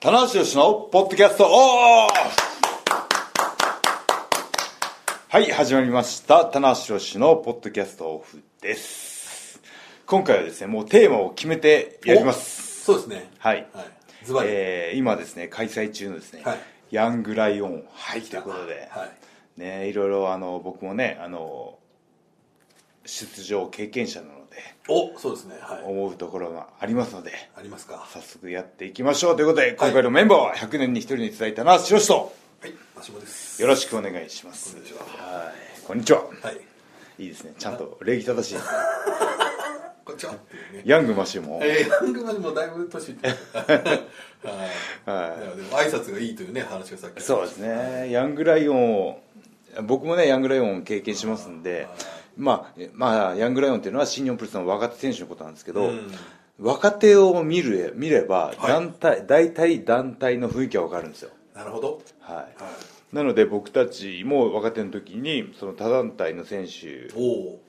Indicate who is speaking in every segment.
Speaker 1: 棚橋宏のポッドキャストオフはい始まりました棚橋宏のポッドキャストオフです今回はですねもうテーマを決めてやります
Speaker 2: そうですね
Speaker 1: はい、
Speaker 2: はいズバリ
Speaker 1: えー今ですね開催中のですね、
Speaker 2: はい
Speaker 1: ヤングライオンはいということで、
Speaker 2: はい
Speaker 1: ねいろいろあの僕もねあの出場経験者なので
Speaker 2: おそうですねはい
Speaker 1: 思うところがありますので
Speaker 2: ありますか
Speaker 1: 早速やっていきましょうということで今回のメンバーは100年に1人に伝えたなしろしと
Speaker 2: はい私もです
Speaker 1: よろしくお願いします
Speaker 2: こんにちは
Speaker 1: はいこんにちは
Speaker 2: はい
Speaker 1: いいですねちゃんと礼儀正 しいですね
Speaker 2: こんにちはっていうね
Speaker 1: ヤングマシュも
Speaker 2: えー、ヤングマンもだいぶ年いってま すからはいいやでも挨拶がいいというね話がさっき
Speaker 1: そうですねヤングライオンを僕もねヤングライオンを経験しますんでまあ、えまあ、ヤングライオンっていうのは新日本プロレスの若手選手のことなんですけど、
Speaker 2: うん
Speaker 1: 若手を見る見れば
Speaker 2: はい
Speaker 1: 団体、大体団体の雰囲気は分かるんですよ
Speaker 2: なるほど
Speaker 1: はい
Speaker 2: は
Speaker 1: なので僕たちも若手の時にその他団体の選手
Speaker 2: いおお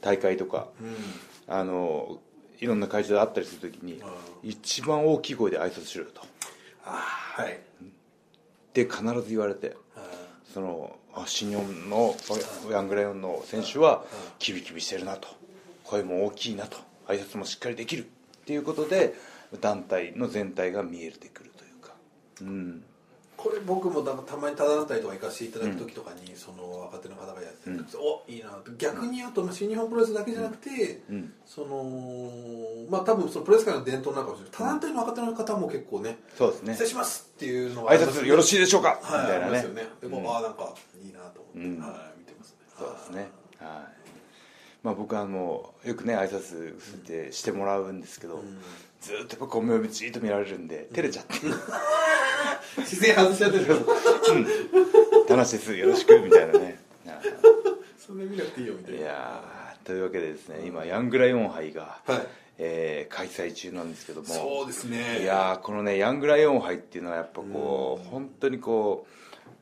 Speaker 1: 大会とか
Speaker 2: うん
Speaker 1: あのいろんな会場で会ったりする時に一番大きい声で挨拶しろよと
Speaker 2: あーはい
Speaker 1: で必ず言われて
Speaker 2: あ
Speaker 1: そのあ新日本のヤングライオンの選手はキビキビしてるなと声も大きいなと挨拶もしっかりできるっていうことで団体の全体が見えてくるというかうん
Speaker 2: ーこれ僕もだたまに他団体とか行かせていただく時とかに、その若手の方がやってる、おいいなと逆に言うと新日本プロレスだけじゃなくて、
Speaker 1: ん
Speaker 2: そのまあ多分そのプロレス界の伝統なのかもしれない他団体の若手の方も結構ね
Speaker 1: そうですね
Speaker 2: 失礼しますっていうのが
Speaker 1: 挨拶よろしいでしょうかみ
Speaker 2: はい
Speaker 1: たいな
Speaker 2: ありま
Speaker 1: ね
Speaker 2: すよねでも、ああなんかいいなと思って、はい見てますね
Speaker 1: そうです ねはいまあ僕はもうよくね挨拶してしてもらうんですけど、ずーっとやっぱこう目をじーっと見られるんで照れちゃって
Speaker 2: あー自然外しちゃってる
Speaker 1: 「田無ですよろしく」み たいなね
Speaker 2: そんな見なくていいよみたい
Speaker 1: い
Speaker 2: な
Speaker 1: やーというわけでですね今ヤングライオン杯が、
Speaker 2: はい
Speaker 1: えー開催中なんですけども
Speaker 2: そうですね
Speaker 1: いやーこのねヤングライオン杯っていうのはやっぱこう、本当にこう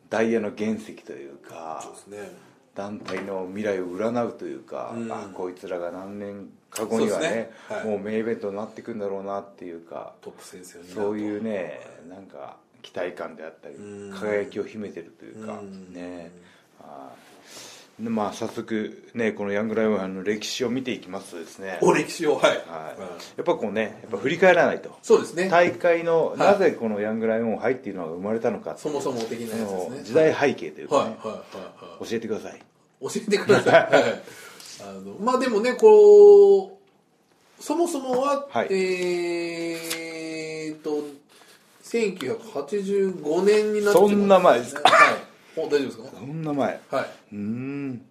Speaker 1: ダイヤの原石というか
Speaker 2: そうですね
Speaker 1: 団体の未来を占うというか、
Speaker 2: うん
Speaker 1: あこいつらが何年か後にはね
Speaker 2: そうですねはい
Speaker 1: もう名イベントになっていくんだろうなっていうか
Speaker 2: トップ先生になると
Speaker 1: そういうねなんか期待感であったり
Speaker 2: うん
Speaker 1: 輝きを秘めてるというか
Speaker 2: うん
Speaker 1: ねはいでまあ早速ねこのヤングライオン杯の歴史を見ていきますとですね
Speaker 2: お歴史をはい、
Speaker 1: はい、
Speaker 2: うん
Speaker 1: やっぱこうねやっぱ振り返らないと
Speaker 2: そうですね
Speaker 1: 大会の
Speaker 2: い
Speaker 1: なぜこのヤングライオン杯っていうのが生まれたのか
Speaker 2: そもそも的なやつです
Speaker 1: その
Speaker 2: ね
Speaker 1: 時代背景という
Speaker 2: はい
Speaker 1: か
Speaker 2: はい
Speaker 1: ね
Speaker 2: はいはい
Speaker 1: 教えてください
Speaker 2: 教えてくだ さい、はい、あのまあでもねこうそもそもは、
Speaker 1: はい
Speaker 2: えーっと1985年になってます
Speaker 1: そんな前ですか
Speaker 2: はいお大丈夫です
Speaker 1: そんな前
Speaker 2: かはいう
Speaker 1: ーん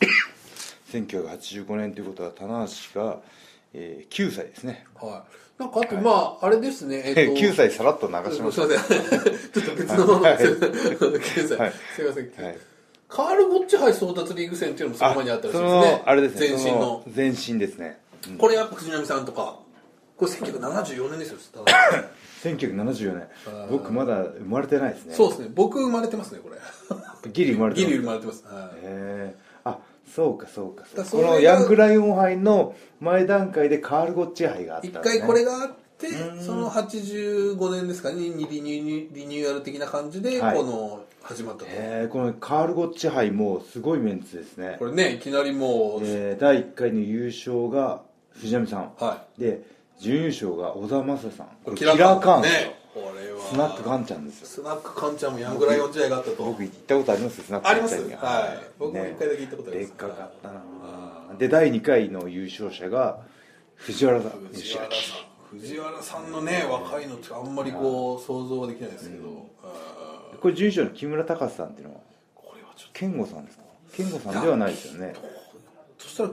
Speaker 1: 1985年ということは棚橋が、えー9歳ですね、
Speaker 2: はいなんかあと、まああれですねえ
Speaker 1: え
Speaker 2: ーっと
Speaker 1: 9歳さらっと流し
Speaker 2: すい
Speaker 1: ま
Speaker 2: ま
Speaker 1: し
Speaker 2: せ
Speaker 1: た
Speaker 2: ん ちょっと別のものです9歳、
Speaker 1: はい
Speaker 2: すいません、
Speaker 1: はい
Speaker 2: カール・ゴッチ杯争奪リーグ戦っていうのもその前にあったらしい
Speaker 1: そ
Speaker 2: ですね
Speaker 1: のあれですね
Speaker 2: 前身
Speaker 1: そ
Speaker 2: の
Speaker 1: 前身ですね
Speaker 2: これやっぱ藤波さんとかこれ1974年ですよ多 分
Speaker 1: 1974年
Speaker 2: ー
Speaker 1: 僕まだ生まれてないですね
Speaker 2: そうですね僕生まれてますねこれ
Speaker 1: ギリ生まれて
Speaker 2: ギ
Speaker 1: ない
Speaker 2: リ生まれてます、はい
Speaker 1: へーあそうかそうかそうか
Speaker 2: だから
Speaker 1: こ
Speaker 2: それが
Speaker 1: のヤングライオン杯の前段階でカール・ゴッチ杯があったん
Speaker 2: 一
Speaker 1: ですね
Speaker 2: 回これがあってその85年ですかねにリニューリニューアル的な感じでこ
Speaker 1: はい
Speaker 2: の始まったと、
Speaker 1: へーこのカール・ゴッチ杯もすごいメンツですね
Speaker 2: これねいきなりもう、
Speaker 1: えー第1回の優勝が藤波さん、
Speaker 2: は
Speaker 1: で準優勝が小田正さん
Speaker 2: い
Speaker 1: これキラーカーンですよ
Speaker 2: ねこれは
Speaker 1: スナックカンちゃんですよ
Speaker 2: スナックカンちゃんもヤングライオン時代があったと
Speaker 1: 僕行ったことありますよスナック
Speaker 2: あ
Speaker 1: カ
Speaker 2: り
Speaker 1: ン
Speaker 2: ま
Speaker 1: ち
Speaker 2: す
Speaker 1: ゃ
Speaker 2: は
Speaker 1: ん
Speaker 2: い
Speaker 1: に
Speaker 2: 僕も一回だけ行ったことあり
Speaker 1: で
Speaker 2: ま
Speaker 1: っ
Speaker 2: す
Speaker 1: かかったな
Speaker 2: あ
Speaker 1: で第2回の優勝者が藤原さん
Speaker 2: 藤原さん藤原さんのね若いのってあんまりこう想像はできないですけど、あー
Speaker 1: これ準優勝の木村隆さんっていうのは
Speaker 2: これはちょっと
Speaker 1: 健吾さんですか健吾さんではないですよね
Speaker 2: そしたら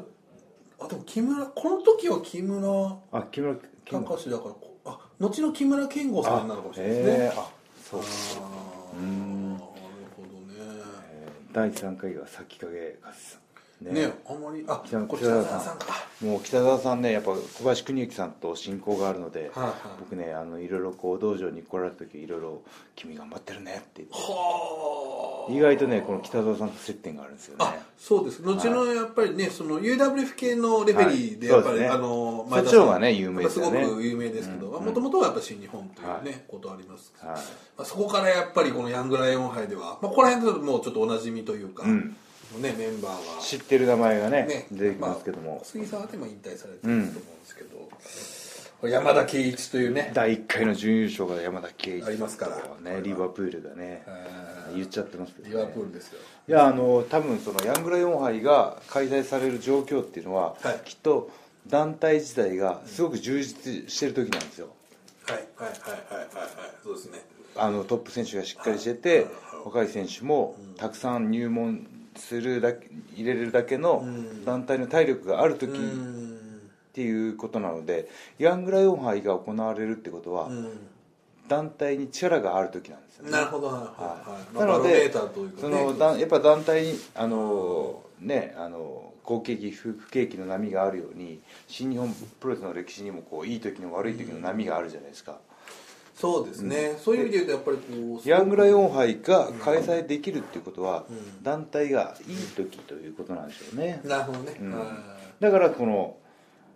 Speaker 2: あでも木村この時は木村
Speaker 1: あ木村健吾
Speaker 2: 高橋だからこあ後の木村健吾さんなのかもしれないですね
Speaker 1: へーあそうか
Speaker 2: あーなるほ
Speaker 1: えー第3回が先影和志さん
Speaker 2: どねねあんまりあ
Speaker 1: 北
Speaker 2: こ
Speaker 1: 北
Speaker 2: れ北
Speaker 1: 澤
Speaker 2: 澤
Speaker 1: さん
Speaker 2: さんか
Speaker 1: もう北澤さんねやっぱ小林邦之さんと親交があるので、
Speaker 2: はいはい
Speaker 1: 僕ねあのいろいろこう道場に来られた時いろいろ「君頑張ってるね」って言って
Speaker 2: はあ
Speaker 1: 意外とねこの北澤さんと接点があるんですよね
Speaker 2: そうです後のやっぱりねその UWF 系のレフェリーで
Speaker 1: は
Speaker 2: や
Speaker 1: い
Speaker 2: っぱ
Speaker 1: そ
Speaker 2: り、
Speaker 1: うですね
Speaker 2: あの前
Speaker 1: そ
Speaker 2: 田
Speaker 1: っちの
Speaker 2: さん
Speaker 1: 方がね有名ですよね
Speaker 2: やっぱすごく有名ですけどもともとはやっぱ新日本というね、
Speaker 1: は
Speaker 2: ことありますけど、
Speaker 1: はい
Speaker 2: まあ、そこからやっぱりこのヤングライオン杯では、まあ、ここら辺でもうちょっとおなじみというか、
Speaker 1: ん
Speaker 2: ね、メンバーは
Speaker 1: 知ってる名前がね
Speaker 2: ね、
Speaker 1: 出てきますけど
Speaker 2: ま
Speaker 1: も
Speaker 2: あ、、杉沢でも引退されてると思うんですけど、これ山田圭一というね、
Speaker 1: 第1回の準優勝が山田圭一
Speaker 2: ありますから
Speaker 1: ねリバプールがね
Speaker 2: あ
Speaker 1: 言っちゃってますけどね
Speaker 2: リバプールですよ
Speaker 1: いやあの多分そのヤングライオン杯が開催される状況っていうのは、
Speaker 2: はい
Speaker 1: きっと団体自体がすごく充実してる時なんですよ
Speaker 2: はいはいはいはいはいはいそうですね
Speaker 1: あのトップ選手がしっかりしてて、若い選手もたくさん入門するだけ入れるだけの団体の体力がある時
Speaker 2: う
Speaker 1: っ
Speaker 2: ん
Speaker 1: ていうことなので、ヤングライオン杯が行われるってことは、
Speaker 2: う
Speaker 1: 団体に力がある時なんですよ
Speaker 2: ん
Speaker 1: ね
Speaker 2: なるほどなるほど、
Speaker 1: はい
Speaker 2: まあ
Speaker 1: なので、
Speaker 2: バロメーターというか
Speaker 1: そ
Speaker 2: ね
Speaker 1: のだんやっぱ団体にあのねあの好景気不不景気の波があるように新日本プロレスの歴史にもこういい時の悪い時の波があるじゃないですか、
Speaker 2: そうですね、そういう意味で言うとやっぱりこう
Speaker 1: ヤングライ
Speaker 2: ン
Speaker 1: オン杯が開催できるっていうことは、団体がいい時ということなんでしょうね、
Speaker 2: なるほどね、
Speaker 1: ん
Speaker 2: は
Speaker 1: だからこの、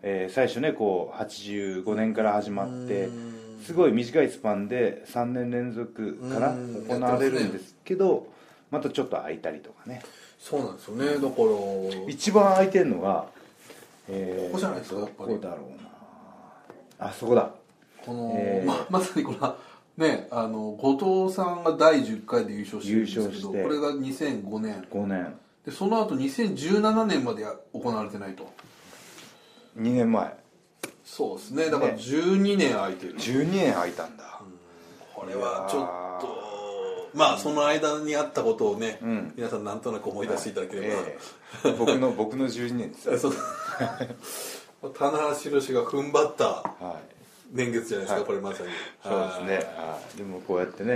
Speaker 1: えー最初ねこう85年から始まって
Speaker 2: うん
Speaker 1: すごい短いスパンで3年連続から
Speaker 2: うん
Speaker 1: 行われるんですけどまたちょっと空いたりとかね
Speaker 2: いそうなんですよねだから
Speaker 1: 一番空いてるのが、え
Speaker 2: ここじゃないですかやっぱり
Speaker 1: どこだろうなあそこだ
Speaker 2: この、
Speaker 1: えー
Speaker 2: ままさにこれはねあの後藤さんが第10回で優勝してるんです
Speaker 1: 優
Speaker 2: け
Speaker 1: 勝
Speaker 2: ど
Speaker 1: して
Speaker 2: これが2005年
Speaker 1: 5年
Speaker 2: でその後2017年までや行われてないと
Speaker 1: 2年前
Speaker 2: そうですねだから12年空いてる、
Speaker 1: 12年空いたんだ、
Speaker 2: これはちょっとまあその間にあったことをね、皆さんなんとなく思い出していただければ、
Speaker 1: ええ僕の僕の12年です、
Speaker 2: えそう 棚橋宏が踏ん張った
Speaker 1: はい、
Speaker 2: 年月じゃないですか、
Speaker 1: はい
Speaker 2: これまさに
Speaker 1: そうですねはいでもこうやってね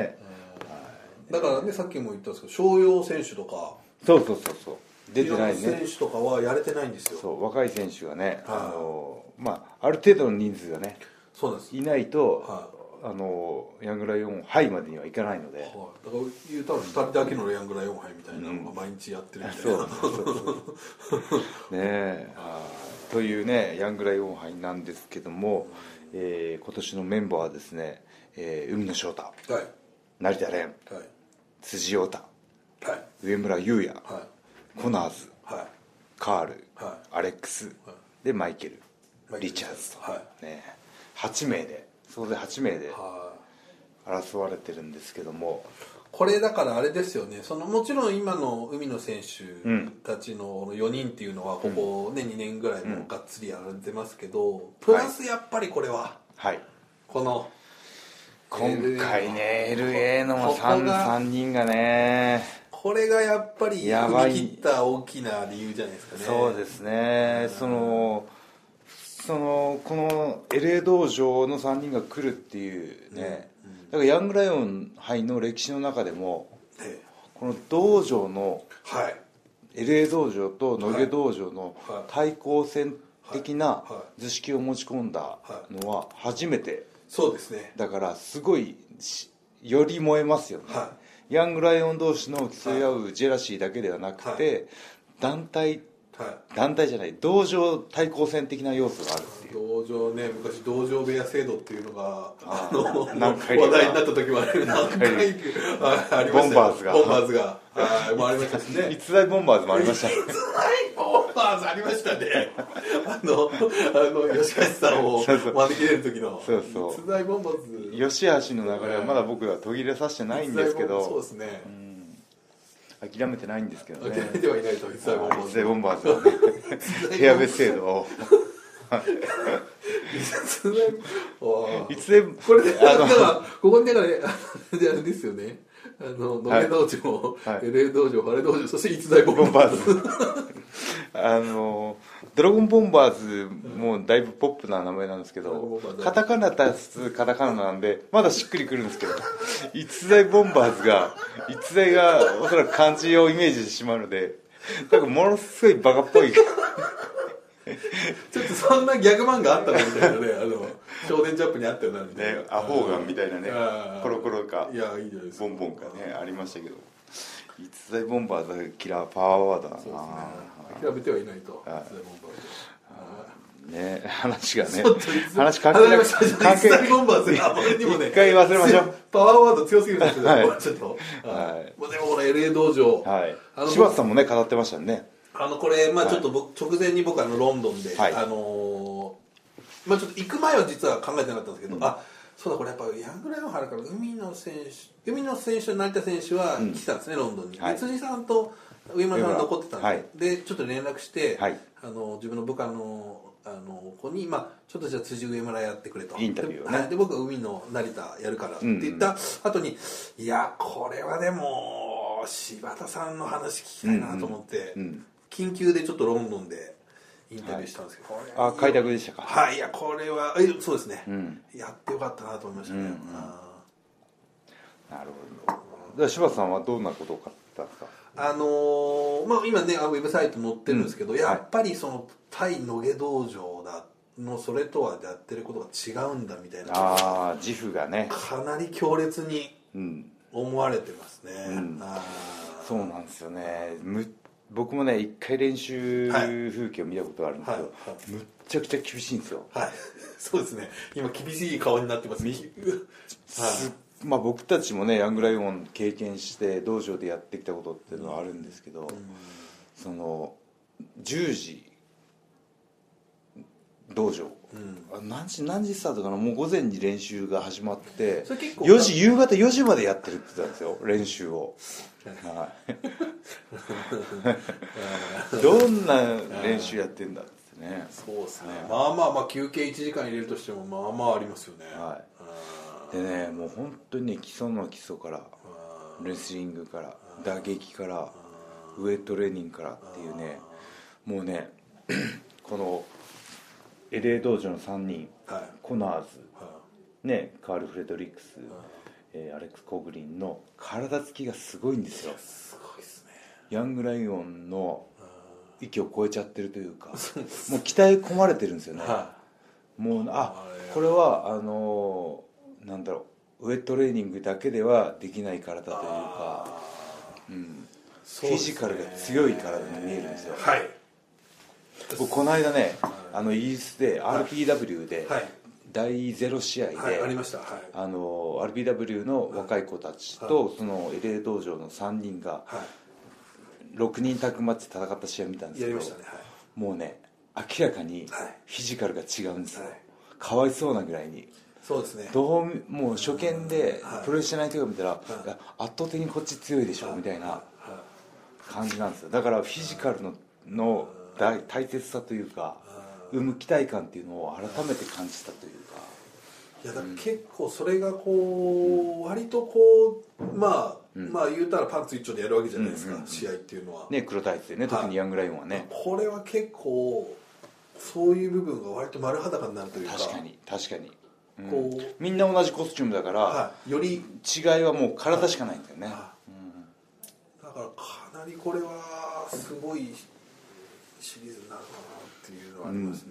Speaker 2: はいだからねさっきも言ったんですけど商用選手とか
Speaker 1: そうそうそうそう出てない
Speaker 2: いろん
Speaker 1: ね
Speaker 2: 選手とかはやれてないんですよそ
Speaker 1: そうう若い選手がね、
Speaker 2: はい
Speaker 1: あのまあ、ある程度の人数がね
Speaker 2: なんです
Speaker 1: いないと、
Speaker 2: は
Speaker 1: あのヤングライオンハイまでにはいかないので、
Speaker 2: はいだから言うたら2人だけのレアングライオン杯みたいなのが毎日やってるみたいな、
Speaker 1: そうそうねえはいというねヤングライオン杯なんですけども、えー今年のメンバーはですね、えー海野翔太
Speaker 2: はい
Speaker 1: 成田蓮
Speaker 2: はい
Speaker 1: 辻陽太
Speaker 2: はい
Speaker 1: 上村優也、
Speaker 2: はい
Speaker 1: コナーズ
Speaker 2: はい
Speaker 1: カール、
Speaker 2: は
Speaker 1: アレックス、でマイケル
Speaker 2: マイケ
Speaker 1: リ
Speaker 2: ル
Speaker 1: チャーズと、
Speaker 2: は
Speaker 1: ねえ、8名で総勢8名で
Speaker 2: はい
Speaker 1: 争われてるんですけども、
Speaker 2: これだからあれですよねそのもちろん今の海野選手たちの4人っていうのはここ、ね2年ぐらいもうがっつりやられてますけど、プラスやっぱりこれは
Speaker 1: はい
Speaker 2: この
Speaker 1: 今回ね LA の
Speaker 2: ここが
Speaker 1: 3, 3人がね
Speaker 2: これがやっぱり
Speaker 1: やば
Speaker 2: 踏
Speaker 1: い
Speaker 2: み切った大きな理由じゃないですかね
Speaker 1: そうですね、そのそのこの LA 道場の3人が来るっていうね、だからヤングライオン杯の歴史の中でも
Speaker 2: え
Speaker 1: この道場の
Speaker 2: えはい
Speaker 1: LA 道場と野毛道場の
Speaker 2: はい
Speaker 1: 対抗戦的な
Speaker 2: はいは
Speaker 1: 図式を持ち込んだのは初めて
Speaker 2: そうですね
Speaker 1: だからすごいしより燃えますよね、
Speaker 2: は
Speaker 1: ヤングライオン同士の競い合うジェラシーだけではなくて、
Speaker 2: は
Speaker 1: 団体
Speaker 2: は
Speaker 1: 団体じゃない同情対抗戦的な要素があるって
Speaker 2: い
Speaker 1: いう
Speaker 2: 道場ね昔道場部屋制度っていうのがあの
Speaker 1: 何回か
Speaker 2: 話題になった時もある何回かあありまし
Speaker 1: ボ
Speaker 2: たよ
Speaker 1: ンバーズが
Speaker 2: ボンバーズがはいもうありましたしね
Speaker 1: 逸材ボンバーズもありましたね
Speaker 2: つらいボンバーズありましたねあのあの吉橋さんを
Speaker 1: そうそう
Speaker 2: 招き入れる時の
Speaker 1: そうそう
Speaker 2: 逸材ボンバーズ
Speaker 1: 吉橋の流れはまだ僕は途切れさせてないんですけ
Speaker 2: そう
Speaker 1: ど
Speaker 2: ですね
Speaker 1: 諦めてないんですけどね
Speaker 2: 諦めてはいないと逸材ボンバー
Speaker 1: 逸
Speaker 2: ズ
Speaker 1: 材ボンバーズはね ヘアベス制度を
Speaker 2: 逸材ボンバーズ
Speaker 1: 逸材
Speaker 2: これねだ
Speaker 1: あ
Speaker 2: か
Speaker 1: の
Speaker 2: らここにだからあれですよねあの野毛道場、
Speaker 1: はい
Speaker 2: LA 道場、晴れ道場、そして逸材ボ
Speaker 1: ボン
Speaker 2: ンバー
Speaker 1: バーズあのドラゴンボンバーズもだいぶポップな名前なんですけ
Speaker 2: ドラゴンボ
Speaker 1: ど
Speaker 2: ンバーズ
Speaker 1: カタカナたつカタカナなんでまだしっくりくるんですけど逸材ボンバーズが逸材がおそらく漢字をイメージしてしまうのでなんかものすごいバカっぽい
Speaker 2: ズ、ちょっとそんなギャグ漫画あったのみたいなね、あの少年ジャンプにあったよなみたいな、
Speaker 1: ねアホーガンみたいなね
Speaker 2: あー
Speaker 1: コロコロか
Speaker 2: いや、いいじゃないですか、
Speaker 1: ボンボンかねありましたけど逸材ボンバーズはキラーパワーワードだ
Speaker 2: そうです
Speaker 1: な
Speaker 2: ね。諦めてはいないと。
Speaker 1: はい
Speaker 2: それも僕は
Speaker 1: ねね話がね
Speaker 2: ちょっといつ
Speaker 1: 話関
Speaker 2: 離
Speaker 1: 係
Speaker 2: れ
Speaker 1: な
Speaker 2: ま
Speaker 1: く
Speaker 2: したね
Speaker 1: 関係
Speaker 2: 実際ボンバーズあまりにもね
Speaker 1: 一回忘れましょう
Speaker 2: パワーワード強すぎるんですけど、
Speaker 1: はい
Speaker 2: ちょっと、
Speaker 1: はい
Speaker 2: いまあでもほら LA 道場、
Speaker 1: はい
Speaker 2: あの
Speaker 1: 柴田さんもね語ってましたね
Speaker 2: あのこれ、まあ、
Speaker 1: はい
Speaker 2: ちょっと僕、直前に僕あのロンドンで、
Speaker 1: はい
Speaker 2: あのーまあ、ちょっと行く前は実は考えてなかったんですけど、あそうだこれやっぱヤングライオン原から海野選手海野選手と成田選手は来てたんですね、ロンドンに、
Speaker 1: はい
Speaker 2: で辻さんと上村さんが残ってたんで,、
Speaker 1: はい
Speaker 2: でちょっと連絡して、
Speaker 1: はい
Speaker 2: あの自分の部下のあの子に、まあ、ちょっとじゃあ辻上村やってくれと
Speaker 1: インタビューをね
Speaker 2: ではいで僕は海の成田やるからって言った後に、いやこれはでも柴田さんの話聞きたいなと思って、
Speaker 1: うんうん
Speaker 2: 緊急でちょっとロンドンでインタビューしたんですけど、これ
Speaker 1: あ開拓でしたか
Speaker 2: はいいやこれはえそうですね、
Speaker 1: ん
Speaker 2: やってよかったなと思いましたね、あ
Speaker 1: なるほどで柴田さんはどんなことを語ったんですか
Speaker 2: ーあのーまあ、今ねあのウェブサイト載ってるんですけど、
Speaker 1: うん
Speaker 2: やっぱりその対野毛道場だのそれとはやってることが違うんだみたいな
Speaker 1: ああ自負がね
Speaker 2: かなり強烈に
Speaker 1: うん
Speaker 2: 思われてますね、
Speaker 1: ん
Speaker 2: あー
Speaker 1: そうなんですよねむ僕もね一回練習
Speaker 2: はい
Speaker 1: 風景を見たことがあるんですけど、
Speaker 2: はいはい
Speaker 1: むっちゃくちゃ厳しいんですよ
Speaker 2: はい、 そうですね今厳しい顔になってますね
Speaker 1: すまあ、僕たちもねヤングライオン経験して道場でやってきたことっていうのはあるんですけど、その10時道場、あ何時何時スタートかなもう午前に練習が始まって
Speaker 2: それ結構
Speaker 1: 4時夕方4時までやってるって言ってたんですよ練習を、 はい、どんな練習やってんだってね
Speaker 2: そうですねまあまあまあ休憩1時間入れるとしてもまあまあありますよね、
Speaker 1: は
Speaker 2: あ
Speaker 1: でねもう本当にね基礎の基礎からレスリングから打撃からウエイトトレーニングからっていうねもうね この LA 道場の3人
Speaker 2: ーはい
Speaker 1: コナーズ
Speaker 2: は
Speaker 1: ねカール・フレドリックス、えーアレックス・コグリンの体つきがすごいんですよ
Speaker 2: いすごいですね
Speaker 1: ヤングライオンの域を超えちゃってるというかもう鍛え込まれてるんですよね
Speaker 2: は
Speaker 1: もうあ
Speaker 2: あれ
Speaker 1: これはあのーなんだろうウエットトレーニングだけではできない体というかフ
Speaker 2: い
Speaker 1: ィジカルが強い体に見えるんですよ
Speaker 2: はい
Speaker 1: 僕この間ねあのイギリスで RPW で
Speaker 2: はい
Speaker 1: 第0試合で、
Speaker 2: はいありましたはい
Speaker 1: あの RPW の若い子たちとその LA 道場の3人が
Speaker 2: は
Speaker 1: 6人タッグマッチで戦った試合見たんで
Speaker 2: い
Speaker 1: す
Speaker 2: や
Speaker 1: け
Speaker 2: り
Speaker 1: ど
Speaker 2: ましたねはい
Speaker 1: もうね明らかに
Speaker 2: はい
Speaker 1: フィジカルが違うんですよ、
Speaker 2: はい
Speaker 1: かわいそうなぐらいに
Speaker 2: そうですね
Speaker 1: どうもう初見で
Speaker 2: はい
Speaker 1: プロレスしない人が見たら、いや圧倒的にこっち強いでしょ、みたいな
Speaker 2: は
Speaker 1: 感じなんですよだからフィジカルのの大大切さというか生む期待感っていうのを改めて感じたというか
Speaker 2: いやだから結構それがこう割とこうまあまあ言うたらパンツ一丁でやるわけじゃないですか試合っていうのは
Speaker 1: ね黒タイツでね
Speaker 2: はい
Speaker 1: 特にヤングライオンはね、
Speaker 2: これは結構そういう部分が割と丸裸になるというか
Speaker 1: 確かに確かに、うん
Speaker 2: こ
Speaker 1: みんな同じコスチュームだから、
Speaker 2: う、はい、より
Speaker 1: 違いはもう体しかないんだよね、
Speaker 2: はいだからかなりこれはすごいシリーズになるかなっていうのはありますね、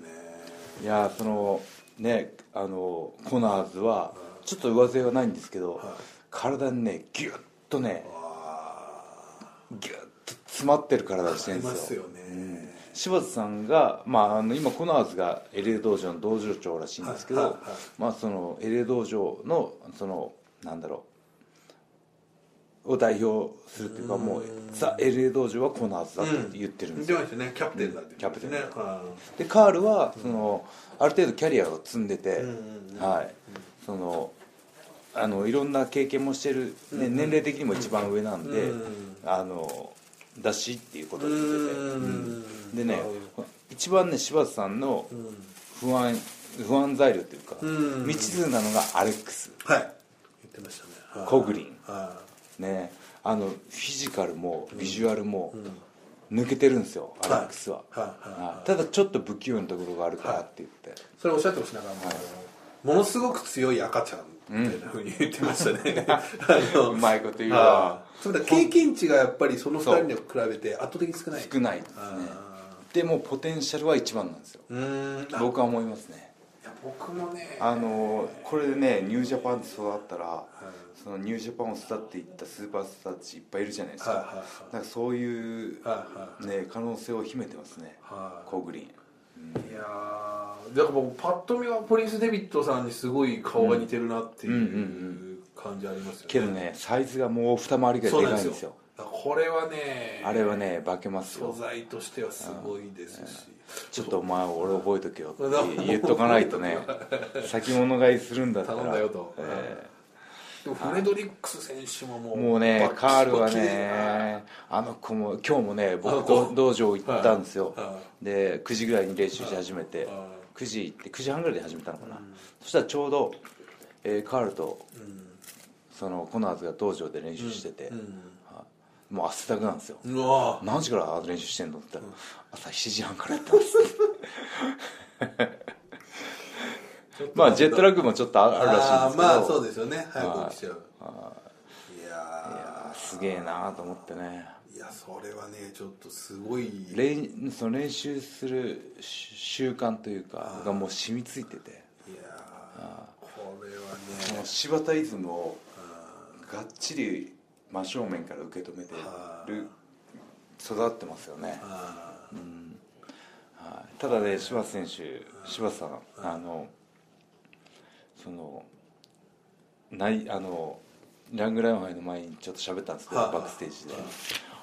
Speaker 1: いやーそのねあのコナーズはちょっと上背はないんですけど、体にねギュッとね
Speaker 2: あ
Speaker 1: ギュッと詰まってる体をして
Speaker 2: あ
Speaker 1: る
Speaker 2: り
Speaker 1: んで
Speaker 2: ますす
Speaker 1: よ
Speaker 2: よね、
Speaker 1: 柴田さんが、まあ、あの今コナーズが LA 道場の道場長らしいんですけど、
Speaker 2: はいはいはい
Speaker 1: まあ、その LA 道場のそのなんだろうを代表するっていうかもうザ・ LA 道場はコナーズだって言ってるんですよ、
Speaker 2: 言ってましたねキャプテンだって言ってましたね、
Speaker 1: キャプ
Speaker 2: は
Speaker 1: でカールはその、ある程度キャリアを積んでて、
Speaker 2: んうん
Speaker 1: はいそのあのいろんな経験もしてる、ね年齢的にも一番上なんで、
Speaker 2: うんうん
Speaker 1: あのだしっていうことを言
Speaker 2: い
Speaker 1: ってて、
Speaker 2: うん
Speaker 1: でね
Speaker 2: なるほど
Speaker 1: 一番ね柴田さんの不安不安材料というか、
Speaker 2: ん
Speaker 1: 未知数なのがアレックス
Speaker 2: はい言ってましたねはい
Speaker 1: コグリン
Speaker 2: はい
Speaker 1: ねあのフィジカルもビジュアルも抜けてるんですよ、アレックスは、
Speaker 2: はいはい
Speaker 1: はいただちょっと不器用なところがあるからって言って、
Speaker 2: それおっしゃってましたねあのものすごく強い赤ちゃんみたいなふうに言ってましたね、あの
Speaker 1: うまいこと言う
Speaker 2: あ
Speaker 1: わ
Speaker 2: あそうだ経験値がやっぱりその2人に比べて圧倒的に少ない
Speaker 1: 少ないですねでもポテンシャルは一番なんですよ
Speaker 2: うーんあ
Speaker 1: 僕は思いますね
Speaker 2: いや僕もね
Speaker 1: あのこれでねニュージャパンで育ったらそのニュージャパンを育っていったスーパースターたちいっぱいいるじゃないです
Speaker 2: はいはい
Speaker 1: か
Speaker 2: は
Speaker 1: なんかそういう
Speaker 2: はいは
Speaker 1: ね可能性を秘めてますね
Speaker 2: はい
Speaker 1: コグリン
Speaker 2: いやーだから僕パッと見はポリンス・デビットさんにすごい顔が似てるなって
Speaker 1: うんうんう
Speaker 2: いう感じありますよね
Speaker 1: けどねサイズがもう二回りぐら
Speaker 2: そ
Speaker 1: いうで
Speaker 2: な
Speaker 1: か
Speaker 2: ん
Speaker 1: いん
Speaker 2: で
Speaker 1: です
Speaker 2: す
Speaker 1: よ
Speaker 2: よだからこれはね
Speaker 1: あれはね化けます
Speaker 2: 素
Speaker 1: よ
Speaker 2: 材としてはすごいですし
Speaker 1: ちょっとお前俺覚えとけよって言っとかないと ね先物買いするんだったら
Speaker 2: 頼んだよと
Speaker 1: え
Speaker 2: でもフレドリックス選手もも
Speaker 1: え
Speaker 2: う
Speaker 1: もうね
Speaker 2: バ
Speaker 1: カ
Speaker 2: キ
Speaker 1: ールは
Speaker 2: バキで
Speaker 1: ねあの子も今日もね
Speaker 2: あの
Speaker 1: 僕
Speaker 2: 子
Speaker 1: ど道場行ったんですよ
Speaker 2: は
Speaker 1: で9時ぐらいに練習し始めて
Speaker 2: あ
Speaker 1: 9時行って9時半ぐらいで始めたのかなそしたらちょうどえーカールとそのコナーズが道場で練習してて
Speaker 2: う
Speaker 1: もう汗だくなんですよ
Speaker 2: んうわ
Speaker 1: 何時から練習してんのって言ったら朝7時半からやってます まあジェットラグもちょっとああるらしいんですけど
Speaker 2: あーまあそうですよね早く起きちゃういや
Speaker 1: あーすげえなと思ってね
Speaker 2: ーいやそれはねちょっとすごい
Speaker 1: 練その練習するし習慣というかがもう染みついてて
Speaker 2: いやーこれは
Speaker 1: こ
Speaker 2: ね
Speaker 1: の柴田イズムを
Speaker 2: あ
Speaker 1: がっちり真正面から受け止めて
Speaker 2: あ
Speaker 1: る育ってますよね
Speaker 2: ーあー
Speaker 1: はいただね柴田選手柴田さんあのそのないあのラングライオン杯の前にちょっと喋ったんですけど
Speaker 2: はい
Speaker 1: バックステージで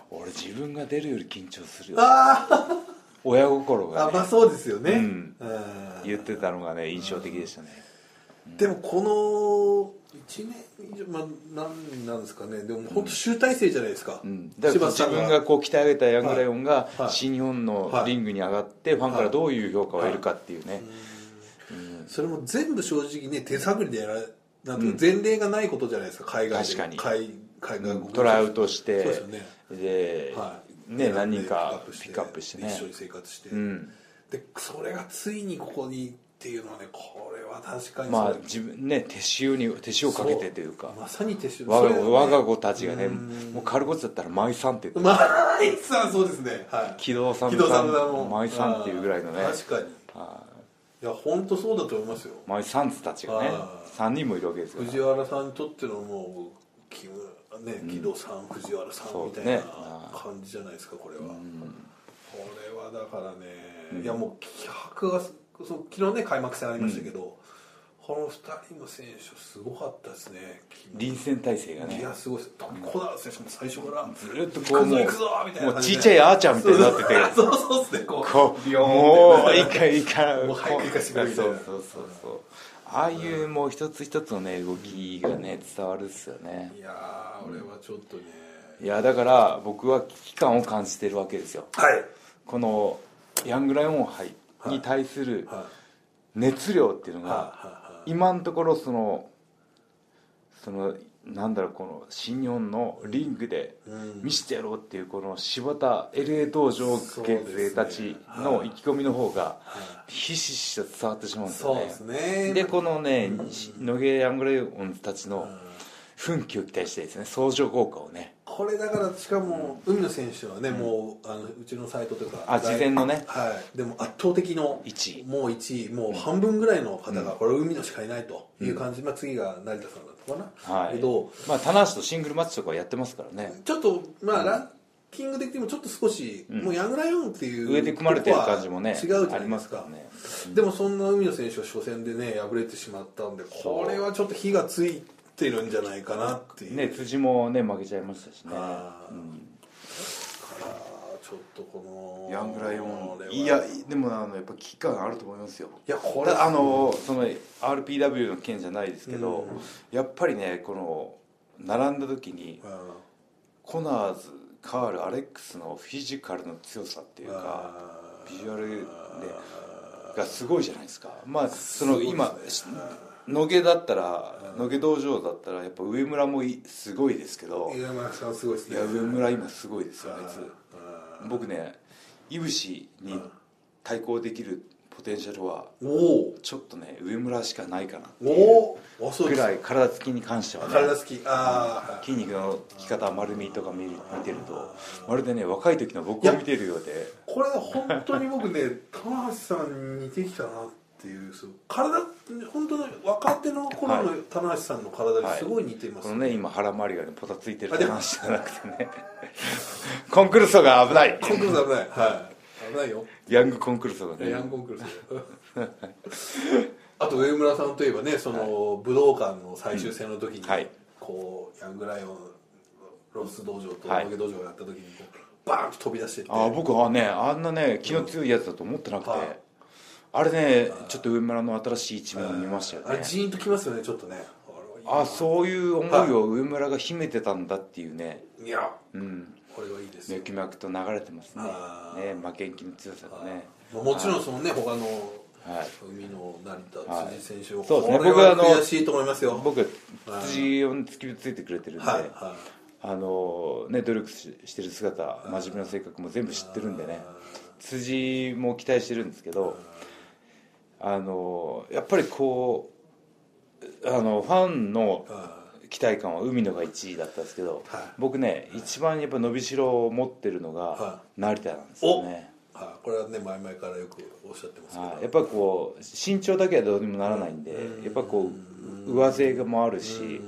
Speaker 1: 俺自分が出るより緊張するよ
Speaker 2: あー
Speaker 1: 親心
Speaker 2: あま
Speaker 1: が
Speaker 2: あ
Speaker 1: ね
Speaker 2: そうですよね
Speaker 1: うん
Speaker 2: うん
Speaker 1: 言ってたのがね印象的でしたね
Speaker 2: でもこの1年以上、まあ、何なんですかねでも本当集大成じゃないですか、
Speaker 1: うんだから自
Speaker 2: 柴田さ
Speaker 1: 分
Speaker 2: ん
Speaker 1: が
Speaker 2: が
Speaker 1: こう鍛え上げたヤングライオンが
Speaker 2: はい
Speaker 1: 新日本のリングに上がってファンからどういう評価を得るかっていうね
Speaker 2: それも全部正直ね手探りでやらなんていうか前例がないことじゃないですか海外で
Speaker 1: 確かに
Speaker 2: 海海外
Speaker 1: うんトライアウトして
Speaker 2: そうですよね
Speaker 1: で
Speaker 2: はい
Speaker 1: ね
Speaker 2: で
Speaker 1: 何人か
Speaker 2: で
Speaker 1: ピックアップしてね
Speaker 2: 一緒に生活して、
Speaker 1: うん
Speaker 2: でそれがついにここにっていうのはねこれは確かに
Speaker 1: まあ
Speaker 2: それ
Speaker 1: 自分ね手塩に手塩かけてというか
Speaker 2: まさに手塩
Speaker 1: 我
Speaker 2: それ
Speaker 1: が
Speaker 2: はね
Speaker 1: 子我が子たちがねもうカルゴツだったら舞さんって言って
Speaker 2: まあいつはそうですねはい
Speaker 1: 木戸さん
Speaker 2: 木
Speaker 1: さ
Speaker 2: 戸さ
Speaker 1: ん
Speaker 2: んだもん
Speaker 1: 舞さんっていうぐらいのね
Speaker 2: あー確かにいや本当そうだと思いますよ
Speaker 1: 舞さんたちがね
Speaker 2: あー
Speaker 1: 3人もいるわけですよ
Speaker 2: 藤原さんにとってのもう木村ね木戸さん、藤原さんみたいな感じじゃないですかこれは、これはだからね、いやもう気迫がすそう昨日ね開幕戦ありましたけど、この2人の選手すごかったですね
Speaker 1: 臨戦態勢が
Speaker 2: い
Speaker 1: ね
Speaker 2: やすごいです小田選手も最初から
Speaker 1: ずーっとこうもう
Speaker 2: 行くぞ行くぞみたいな
Speaker 1: もう
Speaker 2: 感
Speaker 1: ち
Speaker 2: じ
Speaker 1: っ
Speaker 2: で
Speaker 1: ちゃいあーちゃんみたいになってて
Speaker 2: そうそうそうっすねこう
Speaker 1: こうもういいからいいから
Speaker 2: もう早く行かせてくれみた
Speaker 1: そ
Speaker 2: いうな
Speaker 1: そうそうそうああいうもう一つ一つのね動きがね伝わるっすよね
Speaker 2: いやー俺はちょっとね、
Speaker 1: いやだから僕は危機感を感じてるわけですよ
Speaker 2: はい
Speaker 1: このヤングライオン杯に対する
Speaker 2: はい
Speaker 1: 熱量っていうの
Speaker 2: はい
Speaker 1: が
Speaker 2: はい
Speaker 1: 今のところそのそのなんだろうこの新日本のリングで
Speaker 2: うん
Speaker 1: 見せてやろうっていうこの柴田 LA 道場学生たちの意気込みの方がひしひしと伝わってしまうんです
Speaker 2: そ
Speaker 1: よ
Speaker 2: う
Speaker 1: ね
Speaker 2: ですね
Speaker 1: でこのね野毛ヤングライオンたちの奮起を期待したいですね相乗効果をね
Speaker 2: これだからしかも海野選手はね、もうあのうちのサイトというか
Speaker 1: あ事前のね
Speaker 2: はいでも圧倒的の
Speaker 1: 一位
Speaker 2: もう1位もう半分ぐらいの方が、これ海野しかいないという感じ、まあ、次が成田さんだったかな、
Speaker 1: はい
Speaker 2: けど
Speaker 1: まあ棚橋とシングルマッチとかやってますからね
Speaker 2: ちょっとまあ、ランキング的にもちょっと少し、もうヤングライオンっていう
Speaker 1: 上で組まれてる感じもね
Speaker 2: とこは違うじ
Speaker 1: あ
Speaker 2: ゃな
Speaker 1: り
Speaker 2: いで
Speaker 1: ますす
Speaker 2: か
Speaker 1: からね
Speaker 2: でもそんな海野選手は初戦でね敗れてしまったんでこれはちょっと火がついてるんじゃないかなっていう
Speaker 1: ね辻もね負けちゃいましたしね
Speaker 2: あーからちょっとこの
Speaker 1: ヤングライオン
Speaker 2: これはい
Speaker 1: やでもあのやっぱ危機感あると思いますよ
Speaker 2: いやこれ
Speaker 1: ただあのその RPW の件じゃないですけど、やっぱりねこの並んだ時に
Speaker 2: うん
Speaker 1: コナーズカールアレックスのフィジカルの強さっていうか
Speaker 2: あ
Speaker 1: ビジュアルでがすごいじゃないですかまあその今し野毛だったら野毛道場だったらやっぱ上村もいすごいですけど
Speaker 2: ー井上さんすごいです
Speaker 1: い
Speaker 2: ね
Speaker 1: や上村今すごいですよあいつ
Speaker 2: あ
Speaker 1: 僕ねいぶしに対抗できるポテンシャルは
Speaker 2: ーお
Speaker 1: ちょっとね上村しかないかな
Speaker 2: おおおあそう
Speaker 1: ぐ
Speaker 2: です
Speaker 1: ら
Speaker 2: か
Speaker 1: い体つきに関してはね
Speaker 2: 体好きあ
Speaker 1: 筋肉のつき方丸みとか見る見てるとまるでね若い時の僕を見てるようで
Speaker 2: あこれ本当に僕ね 棚橋さんに似てきたなっていうそう体本当の若手の頃の棚橋さんの体にすごい似ています
Speaker 1: このね今腹周りがねポタついてる
Speaker 2: あ
Speaker 1: っ
Speaker 2: で
Speaker 1: て
Speaker 2: も
Speaker 1: 話じゃなくてね コンクルーソが危ない
Speaker 2: コンクルーズ危ないはい危ないよ
Speaker 1: ヤングコンクルーソがね
Speaker 2: ヤンコンクルース あと上村さんといえばねその、武道館の最終戦の時に、
Speaker 1: はい
Speaker 2: こうヤングライオンロス道場と
Speaker 1: はい
Speaker 2: ロゲ道場をやった時にこうバーンと飛び出していって
Speaker 1: あ僕はねあんなね気の強いやつだと思ってなくて、
Speaker 2: はい
Speaker 1: あれねちょっと上村の新しい一面を見ましたよ
Speaker 2: あれ
Speaker 1: ね
Speaker 2: ジーンときますよねちょっとね
Speaker 1: あ
Speaker 2: う
Speaker 1: そういう思いを上村が秘めてたんだっていうね、
Speaker 2: いや
Speaker 1: うん
Speaker 2: これはいいですよ
Speaker 1: 脈々と流れてますね
Speaker 2: あー
Speaker 1: ね負けん気の強さがね
Speaker 2: まあもちろんそのね他
Speaker 1: はい
Speaker 2: の海の成田
Speaker 1: はい
Speaker 2: 辻選手を
Speaker 1: そうですね
Speaker 2: これ
Speaker 1: 僕はあ
Speaker 2: は
Speaker 1: の
Speaker 2: 悔しいと思いますよ
Speaker 1: 僕辻を突きついてくれてるんで、
Speaker 2: はいは
Speaker 1: あのね努力ししてる姿真面目な性格も全部知ってるんでね辻も期待してるんですけどあのやっぱりこうあのファンの
Speaker 2: いは
Speaker 1: 期待感は海野が1位だったんですけど、
Speaker 2: はい
Speaker 1: 僕ね一番やっぱ伸びしろを持ってるのが
Speaker 2: は
Speaker 1: 成田なんですよね、
Speaker 2: いはいこれはね前々からよくおっしゃってますけど
Speaker 1: はい、やっぱこう身長だけはどうにもならないんで、やっぱこう上背がもあるし、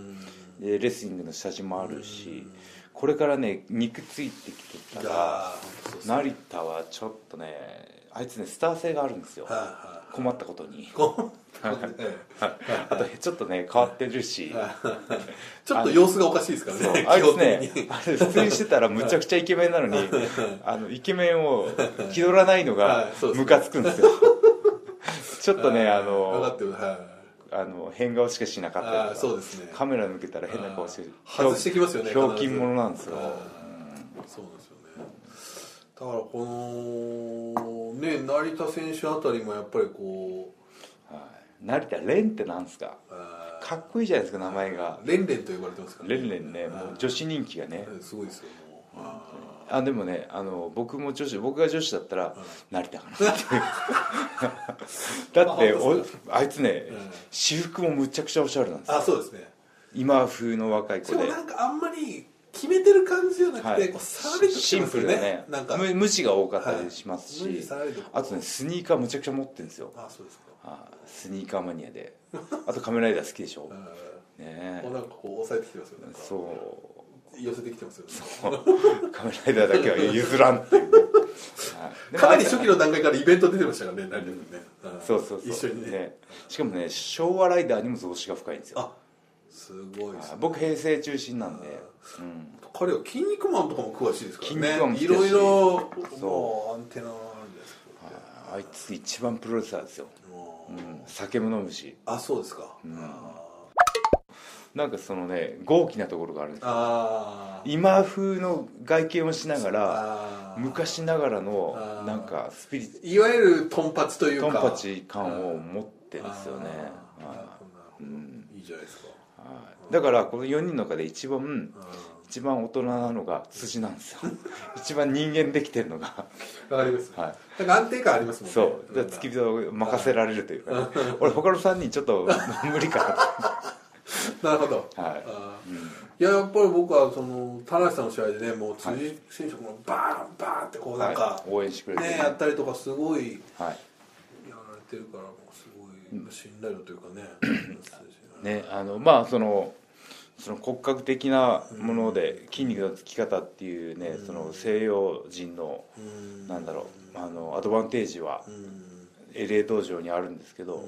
Speaker 1: でレスリングの下地もあるし、これからね肉ついてきてたら
Speaker 2: あーそう
Speaker 1: 成田はちょっとねあいつねスター性があるんですよ、
Speaker 2: はいは
Speaker 1: 困ったことに
Speaker 2: こう ええ
Speaker 1: あとちょっとね変わってるし、
Speaker 2: ちょっと様子がおかしいですから
Speaker 1: そう
Speaker 2: ね
Speaker 1: あい
Speaker 2: 基
Speaker 1: つ
Speaker 2: 本的
Speaker 1: ね
Speaker 2: に
Speaker 1: あれ普通にしてたらむちゃくちゃイケメンなのにあのイケメンを気取らないの
Speaker 2: は
Speaker 1: が
Speaker 2: いそうですね
Speaker 1: ムカつくん ですよちょっとねあ
Speaker 2: 分か
Speaker 1: の
Speaker 2: ってるはい
Speaker 1: あの変顔しかしなかったりと
Speaker 2: あ
Speaker 1: か
Speaker 2: ーそうですね
Speaker 1: カメラ抜けたら変な顔してる
Speaker 2: あー外してきますよね
Speaker 1: ひょうき
Speaker 2: 必
Speaker 1: ん
Speaker 2: ず
Speaker 1: 者なんですよ
Speaker 2: はいそうなんですよねだからこのね成田選手あたりもやっぱりこう
Speaker 1: はい成田蓮ってなんですか
Speaker 2: あ
Speaker 1: かっこいいじゃないですか名前が
Speaker 2: ーレンレンと呼ばれてますから
Speaker 1: レンレンねもう女子人気がね
Speaker 2: うんすごいですよもうあ
Speaker 1: あでもねあの僕も女子僕が女子だったら成田かな っていうだっておあいつね
Speaker 2: ん
Speaker 1: 私服もむちゃくちゃおしゃれなんです
Speaker 2: ー
Speaker 1: よ
Speaker 2: あそうですね
Speaker 1: 今風の若い
Speaker 2: し
Speaker 1: 子
Speaker 2: かも
Speaker 1: で
Speaker 2: なんかあんまり決めてる感じじゃなく
Speaker 1: は
Speaker 2: て
Speaker 1: い
Speaker 2: こうさらりとして
Speaker 1: シン
Speaker 2: ます
Speaker 1: プ
Speaker 2: よ
Speaker 1: ル
Speaker 2: ね
Speaker 1: でね
Speaker 2: なんか
Speaker 1: む無地が多かったりします
Speaker 2: はい無地
Speaker 1: し
Speaker 2: さらりと
Speaker 1: あとねスニーカーむちゃくちゃ持ってるんですよ
Speaker 2: あそうですか
Speaker 1: あスニーカーマニアであと仮面ライダー好きでしょね
Speaker 2: う
Speaker 1: え
Speaker 2: んもうなんかこう抑えてきてますよねなんか
Speaker 1: そう
Speaker 2: 寄せてきてますよね
Speaker 1: 仮面ライダーだけは譲らんっていうねはい
Speaker 2: かなり初期の段階からイベント出てましたからね、成田君ね。ん
Speaker 1: そうそうそう
Speaker 2: 一緒にね。
Speaker 1: しかもね昭和ライダーにも造詞が深いんですよ
Speaker 2: あすごいですね。
Speaker 1: 僕平成中心なんで、うん、
Speaker 2: 彼は「筋肉マン」とかも詳しいですからね
Speaker 1: 筋肉マンも好き
Speaker 2: い
Speaker 1: だし
Speaker 2: ろいろ
Speaker 1: そう
Speaker 2: もうアンテナがあるんですけど
Speaker 1: あいつ一番プロレスラーですよ、
Speaker 2: も
Speaker 1: う、
Speaker 2: うん
Speaker 1: 酒も飲むし
Speaker 2: あそうですか、あ
Speaker 1: なんかそのね豪気なところがあるんですよ
Speaker 2: あー
Speaker 1: 今風の外見をしながら
Speaker 2: あー
Speaker 1: 昔ながらの
Speaker 2: あー
Speaker 1: なんかスピリッ
Speaker 2: いわゆるトンパチという
Speaker 1: ト
Speaker 2: か
Speaker 1: ンパチ感を持ってるんですよねは
Speaker 2: あーなるほどなるほどいいじゃないですか
Speaker 1: いはいだからこの4人の中で一番
Speaker 2: うん
Speaker 1: 一番大人なのが辻なんですよ 一番人間できてるのが
Speaker 2: わかります、
Speaker 1: は
Speaker 2: なんか安定感ありますもんね
Speaker 1: そう
Speaker 2: なん
Speaker 1: だ
Speaker 2: か
Speaker 1: から付き人を任せられるというか、ね、俺他の3人ちょっと無理か
Speaker 2: なるほど、
Speaker 1: なはい
Speaker 2: あーいややっぱり僕はその田無さんの試合でねもう辻選手もバーンバーンってこうなんか
Speaker 1: はい、応援してくれてる
Speaker 2: ねやったりとかすごい
Speaker 1: はい
Speaker 2: やられてるからもうすごい信頼度というかね
Speaker 1: ねあのまあそのその骨格的なもので筋肉のつき方っていうね、その西洋人の
Speaker 2: うん
Speaker 1: なんだろうあのアドバンテージは
Speaker 2: うん
Speaker 1: エレー道場にあるんですけど、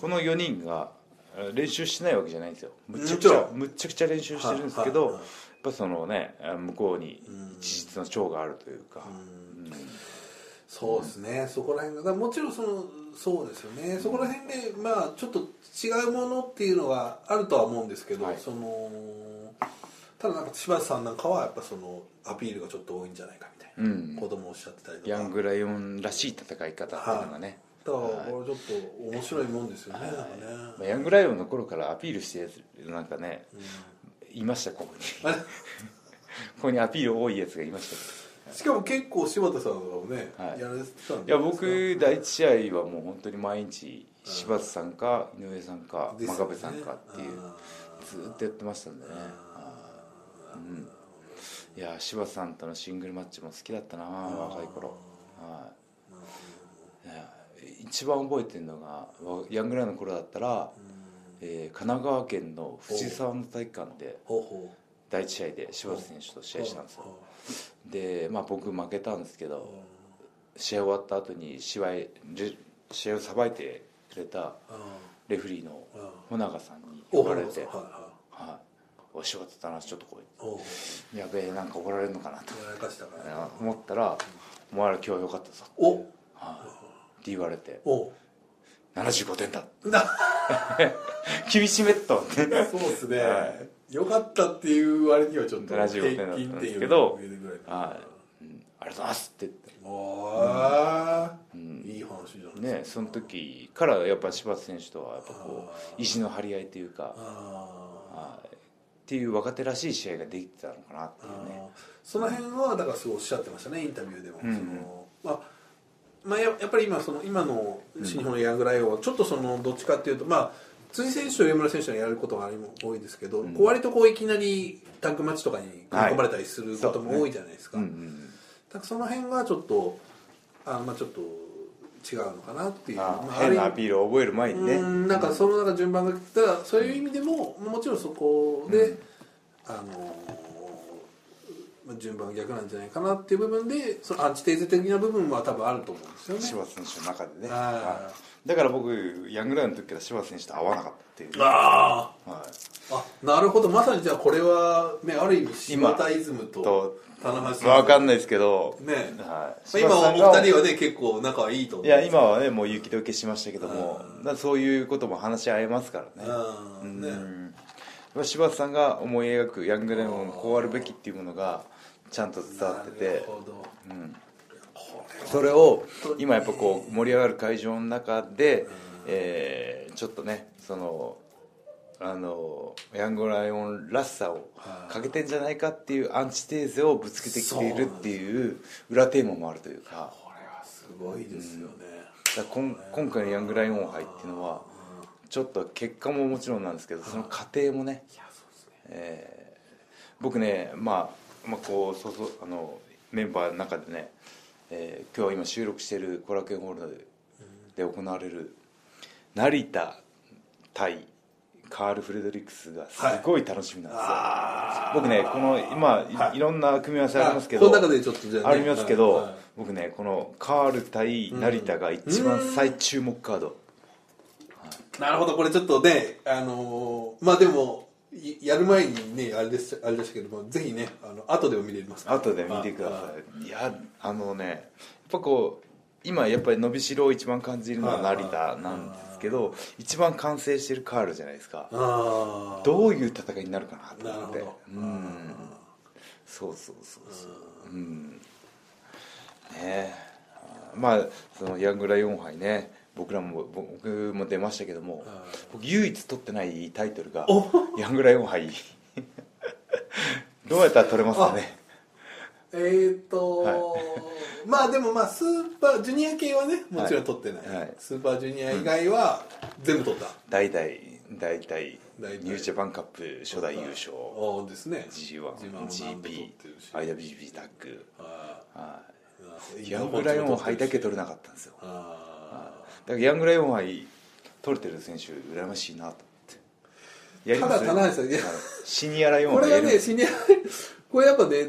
Speaker 1: この4人がえー練習してないわけじゃないんですよむちゃくち
Speaker 2: も
Speaker 1: ゃ
Speaker 2: ち
Speaker 1: むちゃくちゃ練習してるんですけど、
Speaker 2: はいはいはい
Speaker 1: やっぱそのねあ向こうに一日の長があるというか、うん
Speaker 2: そうですね、そこら辺がだからもちろんそのそうですよねそこら辺でまあちょっと違うものっていうのがあるとは思うんですけど、
Speaker 1: はい
Speaker 2: そのただなんか柴田さんなんかはやっぱそのアピールがちょっと多いんじゃないかみたいな、
Speaker 1: うん
Speaker 2: 子供をおっしゃってたりとか
Speaker 1: ヤングライオンらしい戦い方っていうのがね、
Speaker 2: だからこれちょっと面白いもんですよね、なんかね
Speaker 1: まあヤングライオンの頃からアピールしてるやつなんかね、いましたここに
Speaker 2: あ
Speaker 1: ここにアピール多いやつがいました
Speaker 2: れしかも結構柴田さんもね、
Speaker 1: はい
Speaker 2: やられてたん
Speaker 1: い
Speaker 2: じゃ
Speaker 1: や
Speaker 2: なですか
Speaker 1: 僕第一試合はもう本当に毎日柴田さんか井上さんか
Speaker 2: です
Speaker 1: 真
Speaker 2: よね
Speaker 1: 壁さんかっていう
Speaker 2: あ
Speaker 1: ずーっとやってましたんでねうんいや柴田さんとのシングルマッチも好きだったな若い頃はいいや一番覚えてるのがわヤングライオンの頃だったら、えー神奈川県の藤沢の体育館で
Speaker 2: ほうほう
Speaker 1: 第一試合で柴田選手と試合したんですよで、まあ、僕負けたんですけど、試合終わった後に試合レ試合をさばいてくれたレフリーの
Speaker 2: う
Speaker 1: 保
Speaker 2: ん
Speaker 1: 永さんに
Speaker 2: お
Speaker 1: 呼ばれて
Speaker 2: はいは
Speaker 1: はい、お仕事だなちょっとこ
Speaker 2: いおう
Speaker 1: うやべえなんか怒られるのかなと
Speaker 2: やらかしたから
Speaker 1: あの思ったら「お前ら今日は良かったぞ」
Speaker 2: お
Speaker 1: はいって言われて
Speaker 2: お
Speaker 1: 「75点だ
Speaker 2: な」
Speaker 1: 厳しめっとって
Speaker 2: そうですね、
Speaker 1: は
Speaker 2: よかったっていう割にはちょっと
Speaker 1: 75点だったんですけど
Speaker 2: 平均点より上ぐら い
Speaker 1: はい、うんありがとうございますって言って
Speaker 2: ああ、いい話じゃないですか
Speaker 1: ねその時からやっぱ柴田選手とはやっぱこ
Speaker 2: あ
Speaker 1: う意地の張り合いというか、
Speaker 2: あ
Speaker 1: はい、っていう若手らしい試合ができてたのかなって
Speaker 2: ー
Speaker 1: いうね
Speaker 2: あーその辺はだからそうおっしゃってましたねインタビューでも、
Speaker 1: うん
Speaker 2: そのまあまあ、ややっぱり今その今の新日本のヤングライオンはちょっとそのどっちかっていうとまあ辻選手と上村選手がやることが多いですけど、こう割とこういきなりタッグマッチとかに組み込まれたりすることも多いじゃないですか,、
Speaker 1: うんうん
Speaker 2: だからその辺がちょっとあーまあちょっと違うのかなっていう
Speaker 1: あ
Speaker 2: まあ
Speaker 1: ー変なアピールを覚える前にね
Speaker 2: うーんなんかその中順番が来たらそういう意味でも、もちろんそこで、あのーまあ順番が逆なんじゃないかなっていう部分でそのアンチテーゼ的な部分は多分あると思うんですよね
Speaker 1: 柴田選手の中でね、
Speaker 2: あー
Speaker 1: はい、だから僕ヤングライオンの時から柴田選手と会わなかったっていう、はい、
Speaker 2: あーあなるほどまさにじゃあこれは、ね、ある意味
Speaker 1: 今
Speaker 2: 柴田イズムと
Speaker 1: と
Speaker 2: 棚橋さん
Speaker 1: 分かんないですけど、
Speaker 2: ね
Speaker 1: はい
Speaker 2: まあ今はお二人
Speaker 1: は
Speaker 2: はね結構仲はいいと思う
Speaker 1: い
Speaker 2: い
Speaker 1: や今はねもう雪解けしましたけどもだからそういうことも話し合えますからね
Speaker 2: うんね、
Speaker 1: うん、柴田さんが思い描くヤングレモンこうあるべきっていうものがちゃんと伝わって
Speaker 2: な
Speaker 1: て
Speaker 2: るほど、これ
Speaker 1: それを今やっぱこう盛り上がる会場の中で、えーちょっとねそのあのヤングライオンらしさを欠けてんじゃないかっていうアンチテーゼをぶつけてきているっていう裏テーマもあるというか
Speaker 2: これはすごいですよね、
Speaker 1: だからこん今回のヤングライオン杯っていうのはちょっと結果ももちろんなんですけどその過程もね
Speaker 2: いやそうですね
Speaker 1: えー僕ね、まあ、まあこうそうそうあのメンバーの中でね、えー今日今収録している後楽園ホールで行われる成田対カール・フレドリックスがすごい楽しみなんですよ、
Speaker 2: あ
Speaker 1: 僕ねこの今、い
Speaker 2: はい
Speaker 1: いろんな組み合わせありますけ
Speaker 2: あ
Speaker 1: ど
Speaker 2: この中でちょっとじゃあ
Speaker 1: あ
Speaker 2: ね
Speaker 1: りますけど、
Speaker 2: はいはい
Speaker 1: 僕ねこのカール対成田が一番最注目カード、
Speaker 2: ーなるほどこれちょっとねあのーまあでもいやる前にねあれですあれでしたけどもぜひねあの後でも見れます
Speaker 1: 後で見てくださいいやあのねやっぱこう今やっぱり伸びしろを一番感じるのは成田なんですけど一番完成してるカールじゃないですか
Speaker 2: いああ
Speaker 1: どういう戦いになるかなと
Speaker 2: なる
Speaker 1: 思っ
Speaker 2: ほ
Speaker 1: て
Speaker 2: ど
Speaker 1: うんそうそうそうそううんねえまあそのヤングライオン杯ね僕らも僕も出ましたけども僕唯一取ってないタイトルがヤングライオン杯 どうやったら取れますかね
Speaker 2: えっ、ー、とー、
Speaker 1: は
Speaker 2: まあでもまあスーパージュニア系はねもちろん取ってない、
Speaker 1: はいはい
Speaker 2: スーパージュニア以外は全部取った、
Speaker 1: 大体大体
Speaker 2: 大体
Speaker 1: ニュージャパンカップ初代優勝
Speaker 2: おーですね
Speaker 1: G1GP
Speaker 2: はい
Speaker 1: IWGP タッグ
Speaker 2: あ
Speaker 1: は
Speaker 2: ー
Speaker 1: いヤングライオン杯だけ取れなかったんですよだか
Speaker 2: あー
Speaker 1: らヤングライオン杯取れてる選手羨ましいなと思ってやります
Speaker 2: ただ棚橋さんい
Speaker 1: は
Speaker 2: や
Speaker 1: いシニアライオン
Speaker 2: これは
Speaker 1: や
Speaker 2: ね
Speaker 1: る
Speaker 2: シニア これやっぱね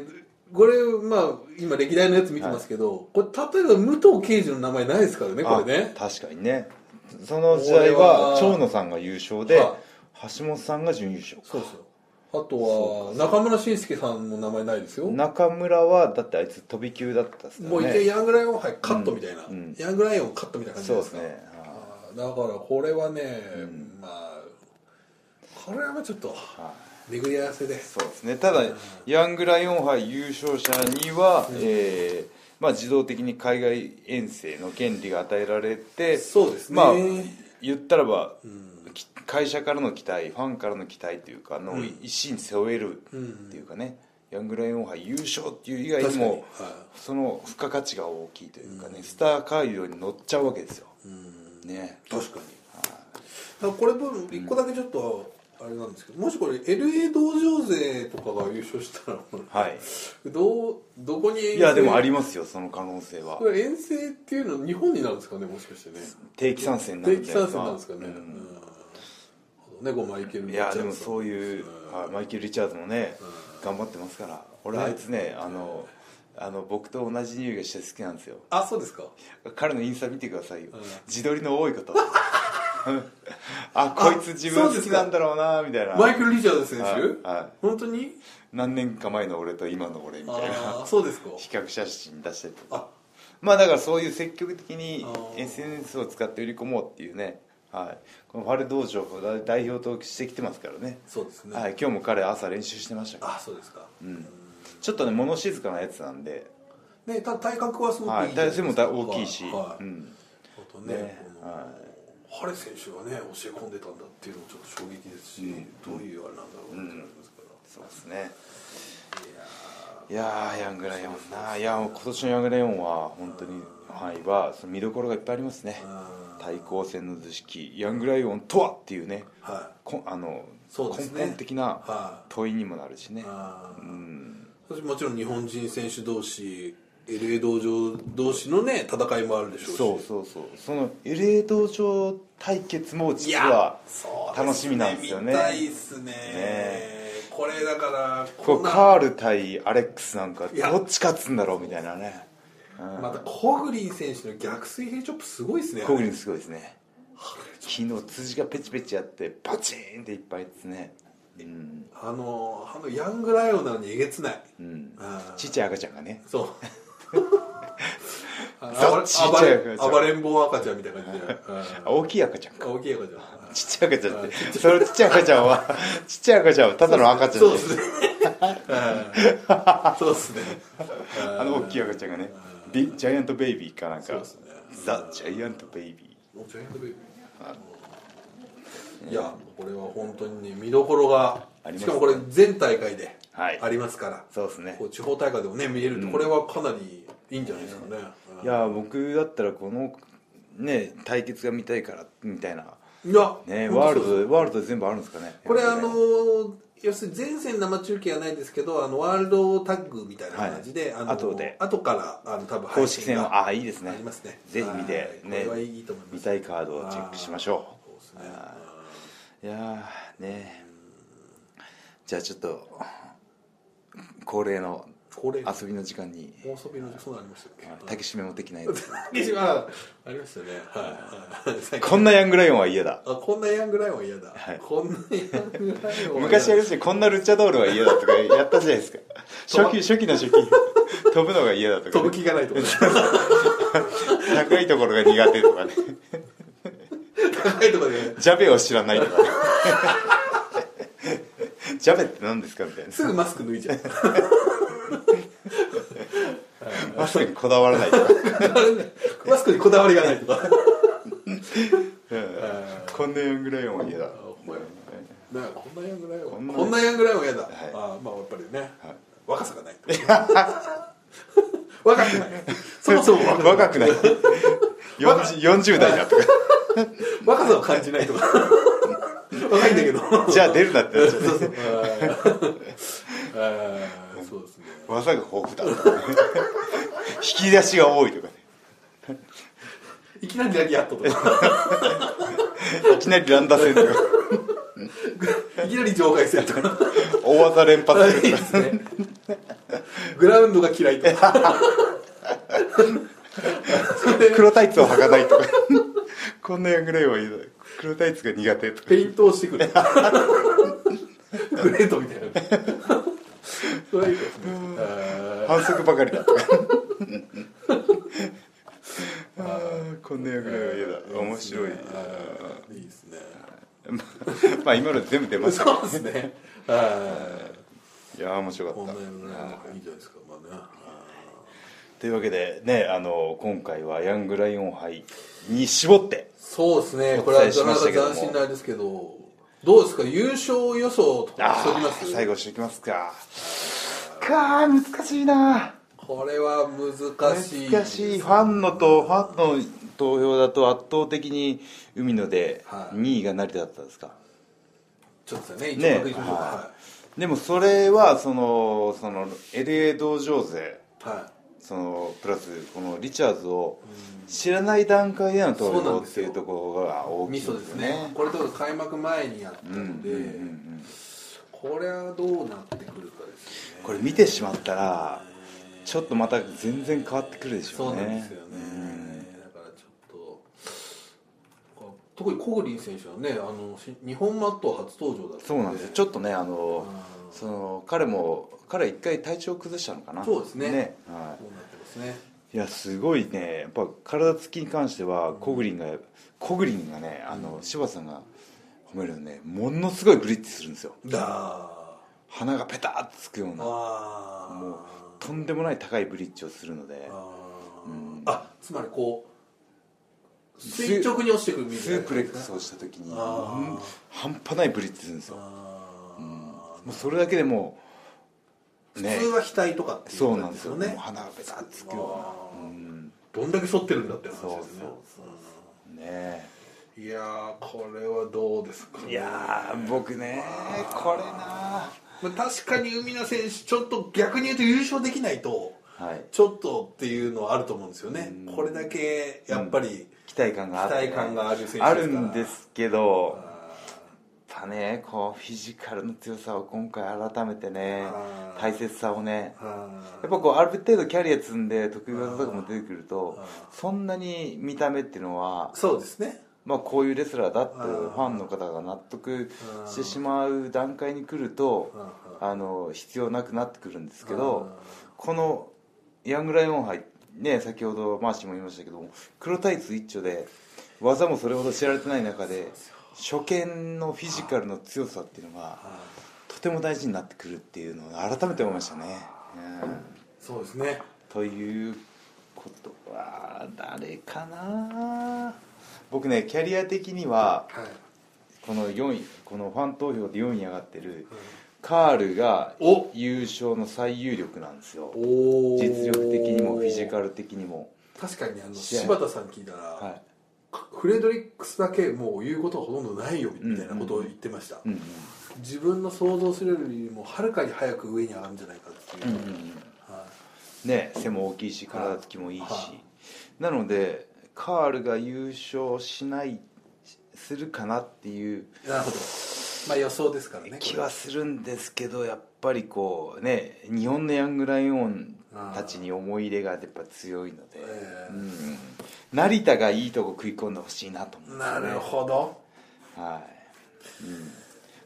Speaker 2: これまあ今歴代のやつ見てますけど、これ例えば武藤敬司の名前ないですからねこれね
Speaker 1: あ確かにねその時代は
Speaker 2: これは
Speaker 1: 長野さんが優勝で
Speaker 2: は
Speaker 1: 橋本さんが準優勝
Speaker 2: そうそうあとは中村俊輔さんの名前ないですよ
Speaker 1: 中村はだってあいつ飛び級だったっすから
Speaker 2: もう一回ヤングライオン杯カットみたいな、
Speaker 1: うんうん
Speaker 2: ヤングライオンカットみたいな感じ
Speaker 1: そう
Speaker 2: で
Speaker 1: ですす
Speaker 2: か
Speaker 1: ねはい
Speaker 2: あーだからこれはね、まあこれはちょっと巡り合わせで
Speaker 1: そうですねただ、ヤングライオン杯優勝者には、えーまあ、自動的に海外遠征の権利が与えられて
Speaker 2: そうですね
Speaker 1: まあ、言ったらば、き会社からの期待ファンからの期待というかの一心背負えるっていうかね、ヤングライオン杯優勝っていう以外にも
Speaker 2: 確かにはい
Speaker 1: その付加価値が大きいというかね、スター街道に乗っちゃうわけですよ、ね
Speaker 2: 確かにだからこれ分一個だけちょっとあれなんですけど、もしこれ LA 道場勢とかが優勝したら
Speaker 1: はい
Speaker 2: どうどこに遠征
Speaker 1: いやでもありますよその可能性は
Speaker 2: これ遠征っていうのは日本になるんですかねもしかしてね
Speaker 1: 定期参戦にな
Speaker 2: 定
Speaker 1: るん
Speaker 2: 期
Speaker 1: じゃない
Speaker 2: 参
Speaker 1: です
Speaker 2: 戦
Speaker 1: か
Speaker 2: なんですかね、うんなるほどねこうマイケル
Speaker 1: いやでも
Speaker 2: う
Speaker 1: そういう、はいマイケル・リチャーズもね、頑張ってますから俺あいつね、あのあの僕と同じ匂いがして好きなんですよ
Speaker 2: あそうですか
Speaker 1: 彼のインスタ見てくださいよ、
Speaker 2: うん
Speaker 1: 自撮りの多いこと あこいつ自分好きなんだろうなみたいな
Speaker 2: マイケル・リチャード選手
Speaker 1: はいはい
Speaker 2: 本当に
Speaker 1: 何年か前の俺と今の俺みたい
Speaker 2: あ
Speaker 1: な
Speaker 2: あそうですか
Speaker 1: 比較写真出したりとか
Speaker 2: あ
Speaker 1: まあだからそういう積極的に
Speaker 2: あー
Speaker 1: SNS を使って売り込もうっていうね、はい、このファル道場を代表としてきてますからね
Speaker 2: そうですね、
Speaker 1: はい、今日も彼朝練習してましたから
Speaker 2: あそうですか、うん
Speaker 1: ちょっとね物静かなやつなんで、
Speaker 2: ね、た体格はすごくいい
Speaker 1: はい、
Speaker 2: じゃない
Speaker 1: 体
Speaker 2: です
Speaker 1: 勢
Speaker 2: か
Speaker 1: も大大きいし、
Speaker 2: は
Speaker 1: う
Speaker 2: い
Speaker 1: ん、
Speaker 2: あとね
Speaker 1: ね
Speaker 2: このハレ選手がね教え込んでたんだっていうのもちょっと衝撃ですし、どういうあれなんだろうってなりますから、
Speaker 1: そうですね
Speaker 2: いや
Speaker 1: いやーヤングライオンないやもう今年のヤングライオンは本当に、はい、はその見どころがいっぱいありますね
Speaker 2: ーうん
Speaker 1: 対抗戦の図式ヤングライオンとはっていうね
Speaker 2: は
Speaker 1: こんあの、
Speaker 2: そうですね
Speaker 1: 根本的な
Speaker 2: は
Speaker 1: 問いにもなるしね
Speaker 2: いあーそしてもちろん日本人選手同士 LA 道場同士のね戦いもあるでしょうし
Speaker 1: そうそうそうその LA 道場対決も
Speaker 2: い
Speaker 1: 実
Speaker 2: や
Speaker 1: は
Speaker 2: そう
Speaker 1: 楽しみなんですよね
Speaker 2: 見たいっすね
Speaker 1: ね
Speaker 2: これだから
Speaker 1: こ
Speaker 2: こ
Speaker 1: うん
Speaker 2: な
Speaker 1: カール対アレックスなんか
Speaker 2: いや
Speaker 1: どっち勝つんだろうみたいなね
Speaker 2: またコグリン選手の逆水平チョップすごいっすね
Speaker 1: コグリ
Speaker 2: ン
Speaker 1: ンすごいですね昨日辻がペチペチやってバチーンっていっぱいですねうん、
Speaker 2: あのあのヤングライオンなのにえげつない、
Speaker 1: うん、
Speaker 2: あー
Speaker 1: ちっちゃい赤ちゃんがね
Speaker 2: そうあ
Speaker 1: ザ
Speaker 2: の
Speaker 1: ちっちゃい
Speaker 2: 暴れ
Speaker 1: 赤ちゃん
Speaker 2: 暴れん坊赤ちゃんみたいな感じで、
Speaker 1: あ大きい赤ちゃんか
Speaker 2: うん、大きい赤ちゃん
Speaker 1: ちっちゃい赤ちゃんってそのちっちゃい赤ちゃん はちっちゃい赤ちゃんはただの赤ちゃん
Speaker 2: そう
Speaker 1: で
Speaker 2: ですねそうですね
Speaker 1: あの大きい赤ちゃんがねビジャイアントベイビーかなん
Speaker 2: そう
Speaker 1: か
Speaker 2: ですね
Speaker 1: ザ・ジャイアントベイビ
Speaker 2: おジャイアントベイビーいやこれは本当にね見どころが
Speaker 1: ありますね
Speaker 2: しかもこれ全大会で
Speaker 1: はい
Speaker 2: ありますから、
Speaker 1: ーそうですね
Speaker 2: こう地方大会でもね見れるって、これはかなりいいんじゃないですかね、
Speaker 1: いや僕だったらこのね対決が見たいからみたいない
Speaker 2: や
Speaker 1: ね
Speaker 2: 本当
Speaker 1: ワー
Speaker 2: そうです
Speaker 1: ルドワールドで全部あるんですかね
Speaker 2: これあのー要するに前線生中継はないですけどあのワールドタッグみたいな感じで、
Speaker 1: はい
Speaker 2: あの
Speaker 1: 後で
Speaker 2: 後からあの多分
Speaker 1: 公式戦はああいいですね
Speaker 2: ありますね
Speaker 1: ぜひ見て、
Speaker 2: はい
Speaker 1: ね
Speaker 2: これはいいと思います
Speaker 1: 見たいカードをチェックしましょ
Speaker 2: そうですね
Speaker 1: ういやーねじゃあちょっと恒例の
Speaker 2: これ
Speaker 1: 遊びの時間に
Speaker 2: 放送日のそうなりましたっけ
Speaker 1: 竹締め持ってきないと
Speaker 2: 竹島ありましたねはいはい 最近
Speaker 1: こんなヤングライオンは嫌だ
Speaker 2: あこんなヤングライオンは嫌だ、
Speaker 1: い
Speaker 2: こんなヤングライオンは嫌だ
Speaker 1: 昔やるしこんなルチャドールは嫌だとかやったじゃないですか初期初期の初期飛ぶのが嫌だとか
Speaker 2: 飛
Speaker 1: ね、
Speaker 2: ぶ気がないとかね
Speaker 1: 高いところが苦手とかね
Speaker 2: 高いところで
Speaker 1: ジャベを知らないとかねジャベって何ですかみたいな
Speaker 2: すぐマスク脱いじゃう
Speaker 1: まさにこだわらないとか
Speaker 2: マスクにこだわりがないと か
Speaker 1: こんなヤングライオンは嫌だ
Speaker 2: ほんまやね、こんなヤングライオン
Speaker 1: こんな
Speaker 2: こんなヤングライオン嫌だ、
Speaker 1: い
Speaker 2: あーまあやっぱりね、若さがない 若くないそもそも若くない
Speaker 1: 若くない 40, 40代だとか
Speaker 2: 若さを感じないとか 若いんだ けど
Speaker 1: じゃあ出るなってなっちゃ
Speaker 2: そうそうあーあーそうですね
Speaker 1: う技が豊富だとかね引き出しが多いとかね
Speaker 2: いきなりラリアットと か
Speaker 1: いきなり乱打戦とか
Speaker 2: いきなり場外戦とか
Speaker 1: 大技連
Speaker 2: あ
Speaker 1: 発
Speaker 2: ー
Speaker 1: す
Speaker 2: いい
Speaker 1: る
Speaker 2: で
Speaker 1: とか
Speaker 2: すねグラウンドが嫌いとかそれ
Speaker 1: 黒タイツを履かないとかこんなヤングライオンは嫌だ黒タイツが苦手とか
Speaker 2: ペイントをしてく るグレートみたいなそれはいいですねあ
Speaker 1: 反則ばかりだとかあーこんなヤングライオンは嫌だ面白い
Speaker 2: ーいいですね
Speaker 1: まあ今の全部出ました
Speaker 2: そうですねあ
Speaker 1: いやー面白
Speaker 2: ーこ
Speaker 1: か
Speaker 2: ん
Speaker 1: っ
Speaker 2: な
Speaker 1: た
Speaker 2: ようなのがいいじゃないですかまあね
Speaker 1: というわけでねあの今回はヤングライオン杯に絞って
Speaker 2: そうですね
Speaker 1: お
Speaker 2: これは
Speaker 1: 伝えし
Speaker 2: なか
Speaker 1: ま
Speaker 2: な
Speaker 1: したけども
Speaker 2: か斬新なあれですけどどうですか優勝予想とかしときま
Speaker 1: あー
Speaker 2: す
Speaker 1: 最後しておきますかかー難しいな
Speaker 2: これは難
Speaker 1: 難
Speaker 2: し
Speaker 1: し
Speaker 2: い
Speaker 1: いファンのとファンの投票だと圧倒的に海野で
Speaker 2: はい
Speaker 1: 2位が成田だったんですか、
Speaker 2: ちょっとね一応
Speaker 1: ね
Speaker 2: 確認しましょう
Speaker 1: は
Speaker 2: はい
Speaker 1: でもそれはそのその LA 道場勢
Speaker 2: いはい
Speaker 1: そのプラスこのリチャーズを知らない段階での投
Speaker 2: そうな
Speaker 1: 票
Speaker 2: ん
Speaker 1: っ
Speaker 2: です
Speaker 1: て
Speaker 2: よ
Speaker 1: いうところが大きい
Speaker 2: ミ
Speaker 1: んです
Speaker 2: ソ
Speaker 1: よ
Speaker 2: ですねこれとか開幕前にやったので、これはどうなってくるかですね
Speaker 1: これ見てしまったらちょっとまた全然変わってくるでしょ
Speaker 2: そう
Speaker 1: ね
Speaker 2: なんですよね、だからちょっと特にコーリン選手はねあのし日本マット初登場だった
Speaker 1: そうなんですよちょっとねあの
Speaker 2: うん
Speaker 1: その彼も彼一回体調崩したのかな
Speaker 2: そうですね
Speaker 1: は
Speaker 2: そうなってますね
Speaker 1: い、いやすごいねやっぱ体つきに関してはコグリンがコグリンがねあの柴田さんが褒めるのねものすごいブリッジするんですよ
Speaker 2: だあ
Speaker 1: 鼻がペタッとつくような
Speaker 2: あ
Speaker 1: もうとんでもない高いブリッジをするので
Speaker 2: あ,、
Speaker 1: うん
Speaker 2: あつまりこう垂直に落ちてくるみ
Speaker 1: ス
Speaker 2: たいな
Speaker 1: ープレックスをした時に
Speaker 2: あー
Speaker 1: うん半端ないブリッジするんですよも
Speaker 2: あー
Speaker 1: うそれだけでもう
Speaker 2: 普通は額とかってい
Speaker 1: そうう
Speaker 2: な
Speaker 1: なんん
Speaker 2: で
Speaker 1: ですす
Speaker 2: よ
Speaker 1: よ
Speaker 2: ね
Speaker 1: もう鼻がベタッとつくよ
Speaker 2: あ
Speaker 1: うなうん
Speaker 2: どんだけ反ってるんだって話ですよね
Speaker 1: そうそうね
Speaker 2: いやーこれはどうですか、ね、
Speaker 1: いやー僕ねこれな
Speaker 2: まあ確かに海野選手ちょっと逆に言うと優勝できないと
Speaker 1: はい
Speaker 2: ちょっとっていうのはあると思うんですよねこれだけやっぱり
Speaker 1: 期待感があってね
Speaker 2: 期待感がある選手ですから
Speaker 1: あるんですけどやっぱねこうフィジカルの強さを今回改めてね
Speaker 2: あー
Speaker 1: 大切さをね
Speaker 2: あ
Speaker 1: やっぱこうある程度キャリア積んで得意技とかも出てくるとそんなに見た目っていうのは
Speaker 2: ー、そうですね
Speaker 1: まあ、こういうレスラーだって
Speaker 2: あ
Speaker 1: フ
Speaker 2: ー
Speaker 1: ァンの方が納得
Speaker 2: あー
Speaker 1: してしまう段階に来ると
Speaker 2: あ
Speaker 1: あの必要なくなってくるんですけどこのヤングライオン杯ね先ほどマーシーも言いましたけども黒タイツ一丁で技もそれほど知られてない中で初見のフィジカルの強さっていうのが
Speaker 2: あー
Speaker 1: とても大事になってくるっていうのを改めて思いましたね。うん
Speaker 2: そうですね
Speaker 1: ということは誰かな僕ねキャリア的には
Speaker 2: はい
Speaker 1: この4位このファン投票で4位に上がってるカールが
Speaker 2: お
Speaker 1: 優勝の最有力なんですよ
Speaker 2: おー
Speaker 1: 実力的にもフィジカル的にも
Speaker 2: 確かにあの
Speaker 1: 試合
Speaker 2: 柴田さん聞いたら、
Speaker 1: は
Speaker 2: フレドリックスだけもう言うことはほとんどないよみたいなことを言ってました、
Speaker 1: いうんうん
Speaker 2: 自分の想像するよりもはるかに早く上に上がるんじゃないかって
Speaker 1: う
Speaker 2: いう、
Speaker 1: んうん
Speaker 2: は
Speaker 1: ね背も大きいし体つきもいいし
Speaker 2: はい
Speaker 1: なのでカールが優勝しないするかなっていう
Speaker 2: いなるほどまあ予想ですからね
Speaker 1: 気はするんですけどやっぱりこうね日本のヤングライオンたちに思い入れがやっぱ強いので、
Speaker 2: ええ
Speaker 1: うん成田がいいとこ食い込んでほしいなと思うんです
Speaker 2: な
Speaker 1: よね
Speaker 2: るほど
Speaker 1: はい、うん、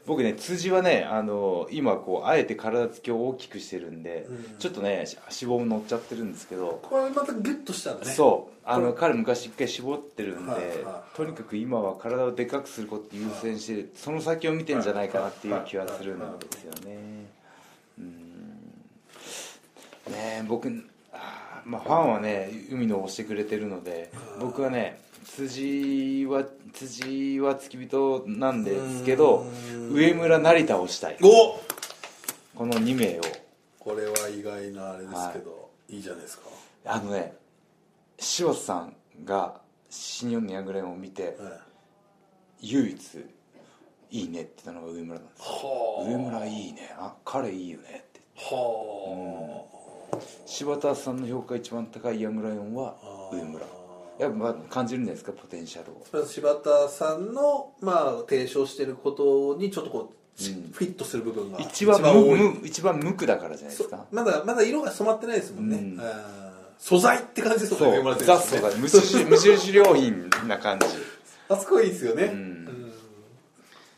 Speaker 1: 僕ね辻はねあの今こうあえて体つきを大きくしてるんで、
Speaker 2: うん
Speaker 1: ちょっとねし脂肪も乗っちゃってるんですけど、
Speaker 2: これまたギュッとしたらね
Speaker 1: そうあの彼昔一回絞ってるんで、
Speaker 2: はいはい
Speaker 1: とにかく今は体をでかくすることを優先して、その先を見てんじゃないかなっていう気はするんですよね、うんねえ僕あーまあファンはね海野を押してくれてるので僕はね辻は辻は付き人なんですけど
Speaker 2: うん
Speaker 1: 上村成田を押したい
Speaker 2: お
Speaker 1: この2名を
Speaker 2: これは意外なあれですけど、い、いじゃないですか
Speaker 1: あのね柴田さんが新日本のヤングレオンを見て、
Speaker 2: は
Speaker 1: 唯一いいねって言ったのが上村なんですよ
Speaker 2: あ
Speaker 1: 上村いいねあ彼いいよねって
Speaker 2: は
Speaker 1: 柴田さんの評価一番高いヤングライオンは上村やっぱまあ感じるんじゃないですかポテンシャルを
Speaker 2: あ、柴田さんの、まあ、提唱してることにちょっとこう、しフィットする部分が
Speaker 1: 一番
Speaker 2: 多い
Speaker 1: 無無一番無垢だからじゃないで
Speaker 2: そ
Speaker 1: すか
Speaker 2: まだまだ色が染まってないですもんね、
Speaker 1: うん
Speaker 2: あー素材って感じですもんね
Speaker 1: そう
Speaker 2: 生まれてる
Speaker 1: 雑
Speaker 2: んです
Speaker 1: 草
Speaker 2: ね
Speaker 1: が無印無印良品な感じ
Speaker 2: あそこいいですよね、うん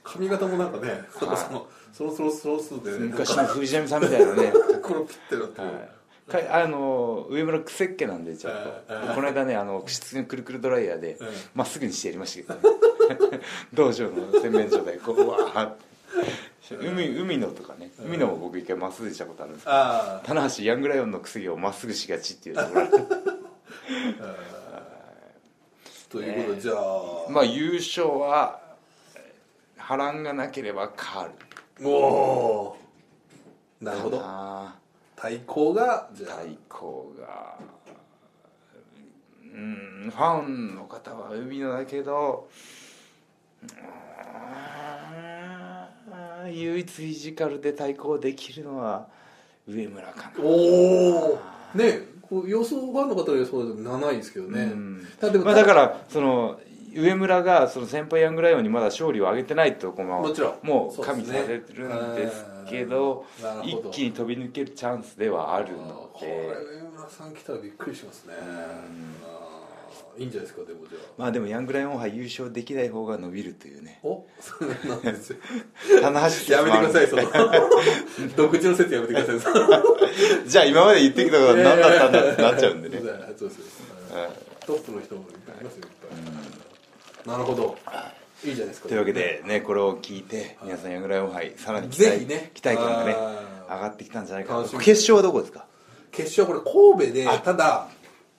Speaker 2: 髪型もなんかね、そのそろそろそろそろで、ね、
Speaker 1: 昔の藤波さんみたいなね、
Speaker 2: このピッてなってる、
Speaker 1: はいかあの上村癖っ気なんでちょっと
Speaker 2: はい
Speaker 1: でこの間ねあのしつけのくるくるドライヤーで
Speaker 2: はい
Speaker 1: まっすぐにしてやりましたけど、ね、 道場の洗面所でこううわーって海海のとかね海のも僕一回まっすぐにしたことあるんですけ
Speaker 2: あ
Speaker 1: ど棚橋ヤングライオンの癖をまっすぐしがちっていうところ
Speaker 2: ーということで、じゃあ、
Speaker 1: まあ優勝は波乱がなければカール
Speaker 2: おおーなるほ
Speaker 1: か
Speaker 2: ど
Speaker 1: な
Speaker 2: 対抗がじゃあ
Speaker 1: 対抗がうんファンの方は海野だけどうーん唯一フィジカルで対抗できるのは上村かな
Speaker 2: おおねこう予想ファンの方の予想でも7位ですけどね、
Speaker 1: うん
Speaker 2: だって
Speaker 1: まあ、だからその上村がその先輩ヤングライオンにまだ勝利を挙げてないとこの
Speaker 2: もちろん
Speaker 1: もう
Speaker 2: そう
Speaker 1: 加
Speaker 2: ですね
Speaker 1: 味されるんですけど
Speaker 2: なるほ
Speaker 1: 一
Speaker 2: ど
Speaker 1: 気に飛び抜けるチャンスではあるの
Speaker 2: これ
Speaker 1: で
Speaker 2: 上村さん来たらびっくりしますねあーいいんじゃないですかでも じゃあ
Speaker 1: まあでもヤングライオン杯優勝できない方が伸びるというね
Speaker 2: お そうなんですよ
Speaker 1: 棚橋説
Speaker 2: やめ
Speaker 1: も
Speaker 2: て
Speaker 1: ある
Speaker 2: く ださいその 独自の説やめてくださいその
Speaker 1: じゃあ今まで言ってきたことは何だったんだってなっちゃうんでね
Speaker 2: そうですそうですトップの人もいますよいっぱいなるほどいいじゃないですか
Speaker 1: というわけでねこれを聞いて皆さんヤングライオン杯さらに期
Speaker 2: ぜひ
Speaker 1: 待
Speaker 2: ね
Speaker 1: 期待感がね
Speaker 2: あー
Speaker 1: 上がってきたんじゃないかな
Speaker 2: 楽しみ
Speaker 1: 決勝はどこですか
Speaker 2: 決勝これ神戸でただ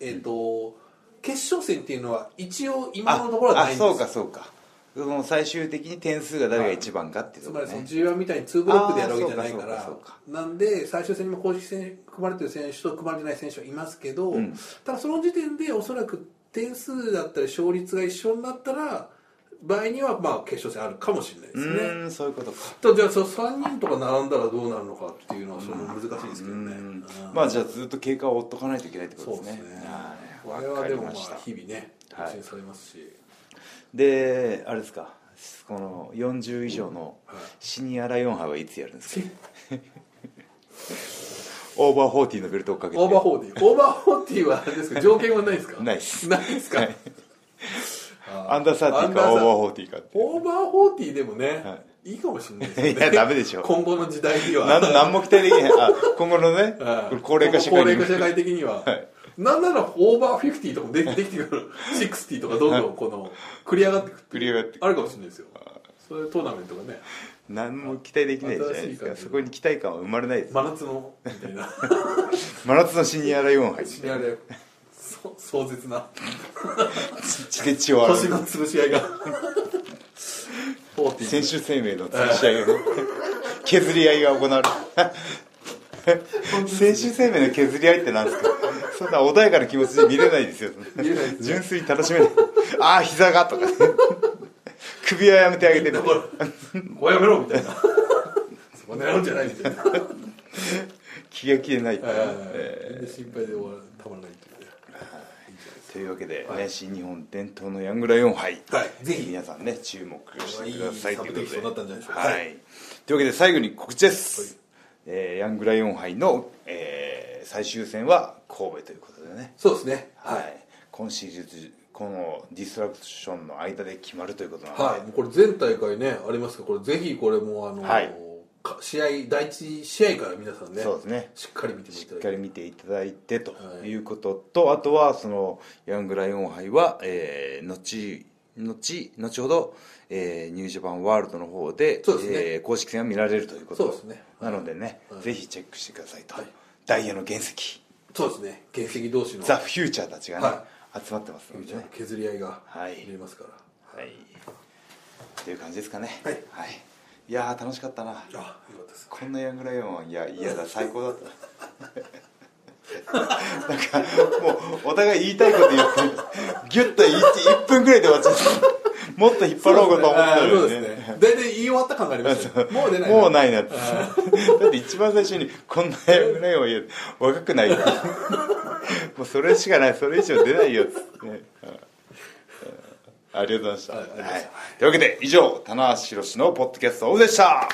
Speaker 2: えっ、と決勝戦っていうのは一応今のところはないんです
Speaker 1: あそうかそうかその最終的に点数が誰が一番かっていう
Speaker 2: つ
Speaker 1: と
Speaker 2: ま
Speaker 1: ころ
Speaker 2: りその
Speaker 1: ね
Speaker 2: G1 みたいに2ブロックでやるわけじゃないか
Speaker 1: あー
Speaker 2: ら
Speaker 1: そうかそうか
Speaker 2: なんで最終戦にも公式戦組まれてる選手と組まれてない選手はいますけど、ただその時点でおそらく点数だったり勝率が一緒になったら場合にはまあ決勝戦あるかもしれないで
Speaker 1: う
Speaker 2: すね
Speaker 1: ーんそういうことか
Speaker 2: ただじゃあその3人とか並んだらどうなるのかっていうのはその難しいですけどね、うん
Speaker 1: まあじゃあずっと経過を追っとかないといけないってこと
Speaker 2: そう
Speaker 1: で
Speaker 2: ですす
Speaker 1: ね
Speaker 2: ね
Speaker 1: はい
Speaker 2: 我々
Speaker 1: わ
Speaker 2: は
Speaker 1: かり
Speaker 2: でもまあ
Speaker 1: ました
Speaker 2: 日々ね
Speaker 1: はい
Speaker 2: 発信されますし、
Speaker 1: であれですかこの40以上のシニアライオン杯はいつやるんですか、 オーバーフォーティーのベルトをかけて
Speaker 2: オーバーホーティーオーバーホーティーはあれですか条件はないですか
Speaker 1: ないっす
Speaker 2: ないですか、
Speaker 1: はい
Speaker 2: あ
Speaker 1: アンダーサーティーかオーバーフォーティーかって
Speaker 2: オーバーホーティーでもね、、
Speaker 1: はい
Speaker 2: いかもしれないです
Speaker 1: いやダメでしょ
Speaker 2: 今後の時代には
Speaker 1: なん何も期待できないあ今後のね
Speaker 2: はい
Speaker 1: これ高齢化社会
Speaker 2: 高
Speaker 1: に
Speaker 2: 齢化社会的には、なんならオーバーフィフティーとかもでできてくる60とかどんどんこの繰り上がってく
Speaker 1: 繰り上がって
Speaker 2: あるかもしれないですよそれトーナメントがね
Speaker 1: 何も期待できないじゃないですか
Speaker 2: 新しい感じ
Speaker 1: そこに期待感は生まれないです
Speaker 2: 真夏のみたいな
Speaker 1: 真夏のシニアライオン杯
Speaker 2: あれそ壮絶な
Speaker 1: 血で血を洗
Speaker 2: 星
Speaker 1: う
Speaker 2: の潰し合いが40
Speaker 1: 選手生命の潰し合いがね 削り合いが行 われる選手生命の削り合いってなんですかそんな穏やかな気持ちで見れないですよ
Speaker 2: 見れないです
Speaker 1: 純粋に楽しめない ああ膝がとかね 首はやめてあげて
Speaker 2: だからお前やめろみたいなそこ狙うんじゃないみたいな
Speaker 1: 気が切れないっていうね
Speaker 2: みんな心配で終わらたまらないっていうね
Speaker 1: というわけで、ね新日本伝統のヤングライオン杯、
Speaker 2: はいぜひ
Speaker 1: 皆さんね注目してください
Speaker 2: こ
Speaker 1: と
Speaker 2: れ
Speaker 1: いう
Speaker 2: はい
Speaker 1: ことで
Speaker 2: いサブテキストになったんじゃないでしょうか
Speaker 1: はい
Speaker 2: は
Speaker 1: というわけで最後に告知です、えーヤングライオン杯の、えー最終戦は神戸ということでね、
Speaker 2: そうですね
Speaker 1: はい
Speaker 2: はい
Speaker 1: 今シリーズこのディストラクションの間で決まるということなので、
Speaker 2: はい、もうこれ全大会ねありますからこれぜひこれもうあの、
Speaker 1: はい
Speaker 2: か試合第一試合から皆さんね
Speaker 1: そうですね
Speaker 2: しっかり見ても
Speaker 1: し
Speaker 2: いた
Speaker 1: っ
Speaker 2: だい
Speaker 1: か
Speaker 2: て
Speaker 1: り見ていただいてと
Speaker 2: はい
Speaker 1: いうことと、あとはそのヤングライオン杯は、えー後後後ほど、えーニュージャパンワールドの方で
Speaker 2: そうですね
Speaker 1: えー公式戦が見られるということ
Speaker 2: そうですね
Speaker 1: なのでね、
Speaker 2: はい
Speaker 1: ぜひチェックしてくださいと、
Speaker 2: はい
Speaker 1: ダイヤの原石
Speaker 2: そうですね原石同士の
Speaker 1: ザ・フューチャーたちがね、
Speaker 2: は
Speaker 1: 集まってますのでね、
Speaker 2: 削り合いが
Speaker 1: はい
Speaker 2: 見れますから、
Speaker 1: はい、っていう感じですかね
Speaker 2: はい
Speaker 1: い、いやー楽しかったな
Speaker 2: あよかったです
Speaker 1: こんなヤングライオンはいやいやだ最高だった なんかもうお互い言いたいこと言ってギュッと言い1分ぐらいで終わっちゃったもっと引っ張ろうかと思った
Speaker 2: そ
Speaker 1: の
Speaker 2: う
Speaker 1: に
Speaker 2: です
Speaker 1: ね
Speaker 2: ねあーそうですね大体言い終わった感がありましたよもう出ない
Speaker 1: もうないなってだって一番最初に「こんなヤングライオンはいや若くないよ」もうそれしかないそれ以上出ないよ」っつってねうんありがとうございました、
Speaker 2: はいありがとうございました
Speaker 1: はいというわけで以上棚橋宏のポッドキャストオフでした